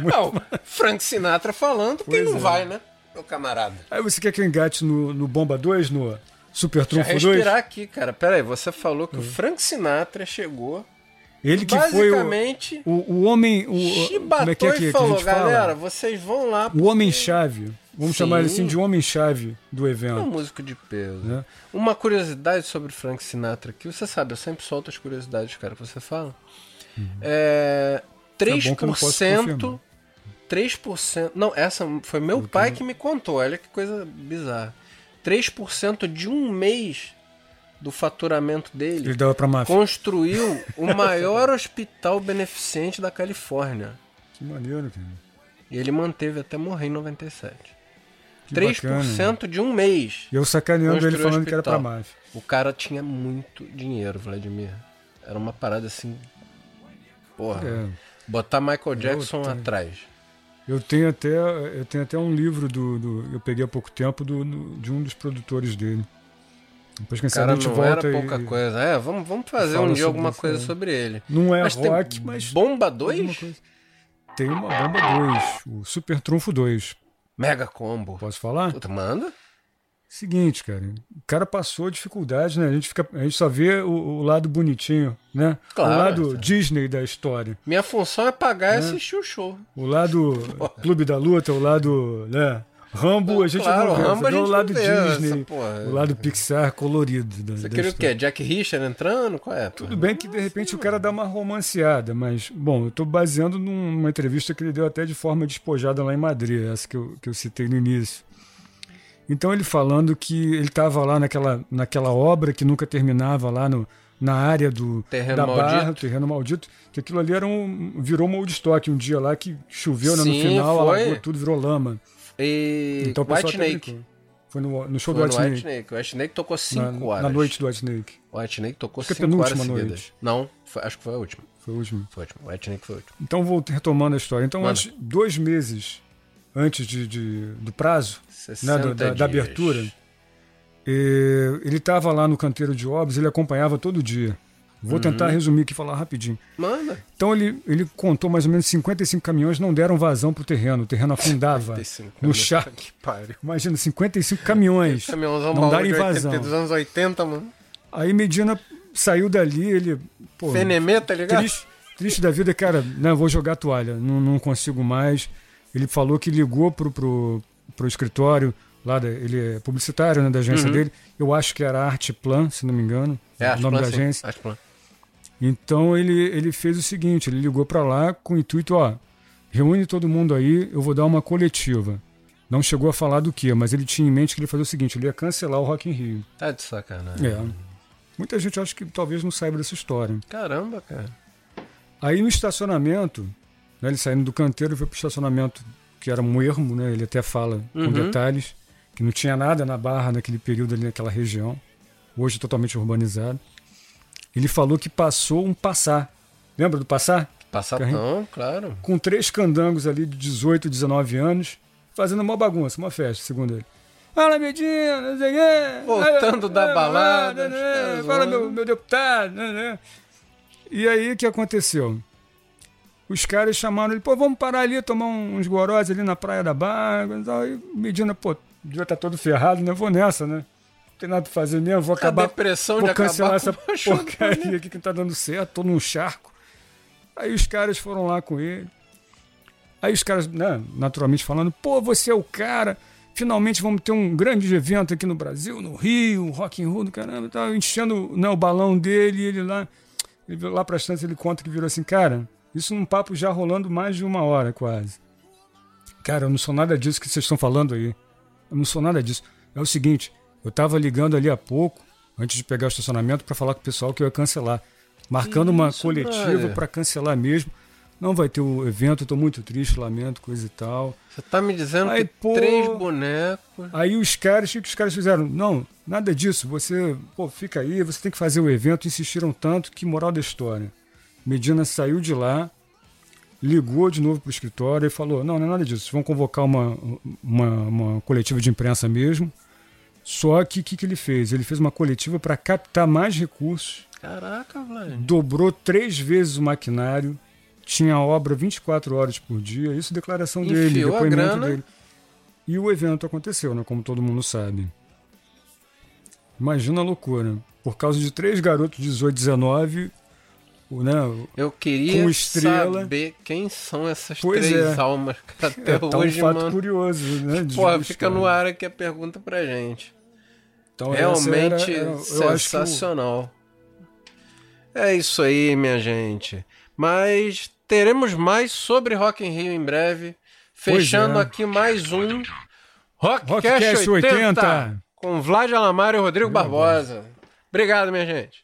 Speaker 2: Não, Frank Sinatra falando, quem
Speaker 1: Pois
Speaker 2: não
Speaker 1: é.
Speaker 2: vai, né? Meu camarada.
Speaker 1: Aí você quer que eu engate no, no Bomba 2, no Super
Speaker 2: Já
Speaker 1: Trunfo 2?
Speaker 2: respirar aqui, cara. Pera aí, você falou que o Frank Sinatra chegou,
Speaker 1: Hum. Ele que foi o,
Speaker 2: basicamente,
Speaker 1: O, o homem. O,
Speaker 2: chibatou
Speaker 1: como é que é que, que
Speaker 2: e
Speaker 1: a
Speaker 2: falou,
Speaker 1: gente fala?
Speaker 2: galera, vocês vão lá
Speaker 1: O homem-chave. Vamos
Speaker 2: Sim.
Speaker 1: chamar ele assim de homem-chave do
Speaker 2: É um
Speaker 1: evento.
Speaker 2: músico de peso.
Speaker 1: Né?
Speaker 2: Uma curiosidade sobre Frank Sinatra aqui, você sabe, eu sempre solto as curiosidades, cara, que você fala. É,
Speaker 1: Uhum. bom que eu não posso
Speaker 2: 3%.
Speaker 1: confirmar.
Speaker 2: 3%. Não, essa foi meu pai que me contou. Olha que coisa bizarra. 3% de um mês do faturamento
Speaker 1: Ele
Speaker 2: dele
Speaker 1: dava pra máfia.
Speaker 2: construiu o maior hospital beneficente da Califórnia.
Speaker 1: Que maneiro, cara.
Speaker 2: E ele manteve até morrer em 97.
Speaker 1: Que
Speaker 2: 3%
Speaker 1: bacana.
Speaker 2: de um mês.
Speaker 1: E eu sacaneando ele
Speaker 2: Construiu
Speaker 1: falando que era pra
Speaker 2: hospital.
Speaker 1: máfia.
Speaker 2: O cara tinha muito dinheiro, Vladimir. Era uma parada assim. Porra.
Speaker 1: É.
Speaker 2: Botar Michael Jackson
Speaker 1: Puta.
Speaker 2: atrás.
Speaker 1: Eu tenho até, eu tenho até um livro do, do- Eu peguei há pouco tempo do, no- de um dos produtores dele. Depois que
Speaker 2: O cara
Speaker 1: a gente
Speaker 2: não era
Speaker 1: volta. e-
Speaker 2: pouca coisa. É, vamos, vamos fazer
Speaker 1: Fala
Speaker 2: um dia
Speaker 1: sobre
Speaker 2: alguma
Speaker 1: isso,
Speaker 2: coisa
Speaker 1: né?
Speaker 2: sobre ele.
Speaker 1: Não é
Speaker 2: Mas tem
Speaker 1: rock, mas.
Speaker 2: Bomba
Speaker 1: alguma
Speaker 2: 2?
Speaker 1: coisa. Tem uma bomba 2, o Super Trunfo 2.
Speaker 2: Mega combo.
Speaker 1: Posso falar?
Speaker 2: Puta, manda?
Speaker 1: Seguinte, cara, o cara passou dificuldade, né? A gente, fica, a gente só vê o, o lado bonitinho, né?
Speaker 2: Claro,
Speaker 1: o lado
Speaker 2: tá.
Speaker 1: Disney da história,
Speaker 2: Minha função é pagar e assistir o show.
Speaker 1: o lado Clube da Luta, o lado, né? Rambo, a gente
Speaker 2: Claro,
Speaker 1: não vê,
Speaker 2: Rambo
Speaker 1: só vê
Speaker 2: a
Speaker 1: o
Speaker 2: gente não
Speaker 1: lado
Speaker 2: vê essa
Speaker 1: Disney,
Speaker 2: porra.
Speaker 1: o lado Pixar colorido. né, Da,
Speaker 2: Você
Speaker 1: da
Speaker 2: queria o
Speaker 1: história.
Speaker 2: quê? Jack Richard entrando? Qual é? Tudo
Speaker 1: Tudo bem que de repente o cara dá uma romanceada, mas, bom, eu tô baseando num- numa entrevista que ele deu até de forma despojada lá em Madrid, essa que eu, que eu citei no início. Então ele falando que ele estava lá naquela, naquela obra que nunca terminava lá no, na área do
Speaker 2: Terreno
Speaker 1: da barra,
Speaker 2: Maldito.
Speaker 1: terreno maldito, que aquilo ali era um, virou um old stock um dia lá que choveu né, no
Speaker 2: Sim,
Speaker 1: final,
Speaker 2: foi.
Speaker 1: alagou tudo, virou lama.
Speaker 2: E
Speaker 1: Então o pessoal
Speaker 2: White
Speaker 1: até
Speaker 2: Snake.
Speaker 1: brincou. Foi no, no show
Speaker 2: Foi
Speaker 1: do
Speaker 2: no
Speaker 1: White
Speaker 2: White
Speaker 1: Snake,
Speaker 2: Snake. O White Snake tocou
Speaker 1: na,
Speaker 2: 5 horas.
Speaker 1: na noite do White Snake.
Speaker 2: O White Snake tocou
Speaker 1: Acho que é a
Speaker 2: 5 horas
Speaker 1: penúltima
Speaker 2: seguidas.
Speaker 1: noite.
Speaker 2: Não, foi- acho que foi a última.
Speaker 1: Foi o último.
Speaker 2: Foi a última. O White Snake foi a última.
Speaker 1: Então, vou retomando a história. Então,
Speaker 2: Manda.
Speaker 1: antes, dois meses antes de, de- do prazo,
Speaker 2: 60
Speaker 1: né, do- da,
Speaker 2: dias.
Speaker 1: da abertura, eh, ele estava lá no canteiro de obras, ele acompanhava todo dia. Vou
Speaker 2: Uhum.
Speaker 1: tentar resumir aqui e falar rapidinho.
Speaker 2: Manda.
Speaker 1: Então, ele, ele contou mais ou menos 55 caminhões não deram vazão para o terreno, o terreno afundava
Speaker 2: 55
Speaker 1: no
Speaker 2: anos.
Speaker 1: charque.
Speaker 2: Que pariu.
Speaker 1: Imagina, 55 caminhões
Speaker 2: Caminhãozão
Speaker 1: não
Speaker 2: baú
Speaker 1: darem
Speaker 2: de 80,
Speaker 1: vazão.
Speaker 2: dos anos 80, mano.
Speaker 1: Aí Medina saiu dali, ele... Pô,
Speaker 2: Fenemê, tá ligado?
Speaker 1: triste, triste da vida, cara, né, vou jogar a toalha, não, não consigo mais. Ele falou que ligou pro, pro, pro escritório, lá da- ele é publicitário né, da agência dele, eu acho que era Arte Plan, se não me engano,
Speaker 2: Uhum. É,
Speaker 1: o
Speaker 2: acho
Speaker 1: nome
Speaker 2: plan,
Speaker 1: da
Speaker 2: sim.
Speaker 1: agência.
Speaker 2: Acho plan.
Speaker 1: Então ele, ele fez o seguinte, ele ligou pra lá com o intuito, ó, reúne todo mundo aí, eu vou dar uma coletiva. Não chegou a falar do que, mas ele tinha em mente que ele ia fazer o seguinte, ele ia cancelar o Rock in Rio.
Speaker 2: Tá de sacanagem.
Speaker 1: É. Muita gente acha que talvez não saiba dessa história.
Speaker 2: Caramba, cara.
Speaker 1: Aí no estacionamento, né, ele saindo do canteiro foi pro estacionamento que era um ermo, né? Ele até fala com
Speaker 2: Uhum.
Speaker 1: detalhes que não tinha nada na barra naquele período ali naquela região, hoje totalmente urbanizado. Ele falou que passou um passar. Lembra do passar?
Speaker 2: Passatão, claro.
Speaker 1: Com três candangos ali de 18, 19 anos, fazendo uma bagunça, uma festa, segundo ele. Fala, Medina, não sei o quê. É,
Speaker 2: Voltando da
Speaker 1: Fala,
Speaker 2: balada, tá
Speaker 1: né, né,
Speaker 2: os caras
Speaker 1: Fala,
Speaker 2: zoando.
Speaker 1: meu, meu deputado. né, né. E aí, o que aconteceu? os caras chamaram ele, pô, vamos parar ali, tomar um, uns gorós ali na Praia da Barra. E tal. E o Medina, pô, devia estar todo ferrado, né? Vou nessa, né? Não tem nada pra fazer mesmo, vou acabar.
Speaker 2: a depressão
Speaker 1: vou
Speaker 2: de
Speaker 1: cancelar
Speaker 2: acabar
Speaker 1: essa
Speaker 2: com o Pachorra,
Speaker 1: porcaria aqui que não tá dando certo, tô num charco. Aí os caras foram lá com ele. Aí os caras, né, naturalmente falando, pô, você é o cara, finalmente vamos ter um grande evento aqui no Brasil, no Rio, Rock in Rio, do caramba, e tal, enchendo né, o balão dele, e ele lá, ele veio lá pra estância, ele conta que virou assim, cara, isso num papo já rolando mais de uma hora quase. Cara, eu não sou nada disso que vocês estão falando aí. Eu não sou nada disso. É o seguinte, eu tava ligando ali há pouco, antes de pegar o estacionamento, pra falar com o pessoal que eu ia cancelar. Marcando uma
Speaker 2: isso,
Speaker 1: coletiva
Speaker 2: brother?
Speaker 1: pra cancelar mesmo. Não vai ter o evento, eu tô muito triste, lamento, coisa e tal.
Speaker 2: Você tá me dizendo
Speaker 1: Aí,
Speaker 2: que
Speaker 1: pô.
Speaker 2: três bonecos.
Speaker 1: Aí os caras, o que os caras fizeram? Não, nada disso. Você, pô, fica aí, você tem que fazer o evento. Insistiram tanto que moral da história. Medina saiu de lá, ligou de novo pro escritório e falou: não, não é nada disso. Vão convocar uma, uma, uma coletiva de imprensa mesmo. Só que o que, que ele fez? Ele fez uma coletiva para captar mais recursos,
Speaker 2: Caraca, Vlad.
Speaker 1: dobrou três vezes o maquinário, tinha obra 24 horas por dia. Isso é declaração dele,
Speaker 2: Enfiou a
Speaker 1: depoimento
Speaker 2: grana.
Speaker 1: dele. E o evento aconteceu, né? Como todo mundo sabe. Imagina a loucura. Por causa de três garotos de 18, 19, o, né?
Speaker 2: Eu queria
Speaker 1: Com estrela.
Speaker 2: saber quem são essas
Speaker 1: Pois
Speaker 2: três
Speaker 1: é.
Speaker 2: almas que até
Speaker 1: É, tá um
Speaker 2: hoje,
Speaker 1: fato
Speaker 2: mano.
Speaker 1: curioso, né? de
Speaker 2: Porra,
Speaker 1: os
Speaker 2: fica
Speaker 1: caras.
Speaker 2: no ar aqui a pergunta pra gente.
Speaker 1: Então, essa era-
Speaker 2: Realmente
Speaker 1: era- eu acho que o-
Speaker 2: sensacional. É isso aí, minha gente. Mas teremos mais sobre Rock in Rio em breve.
Speaker 1: Pois
Speaker 2: Fechando
Speaker 1: é.
Speaker 2: aqui mais um
Speaker 1: Rockcast
Speaker 2: Rockcast 80,
Speaker 1: 80.
Speaker 2: com Vlad Alamar e Rodrigo Barbosa. Obrigado, minha gente.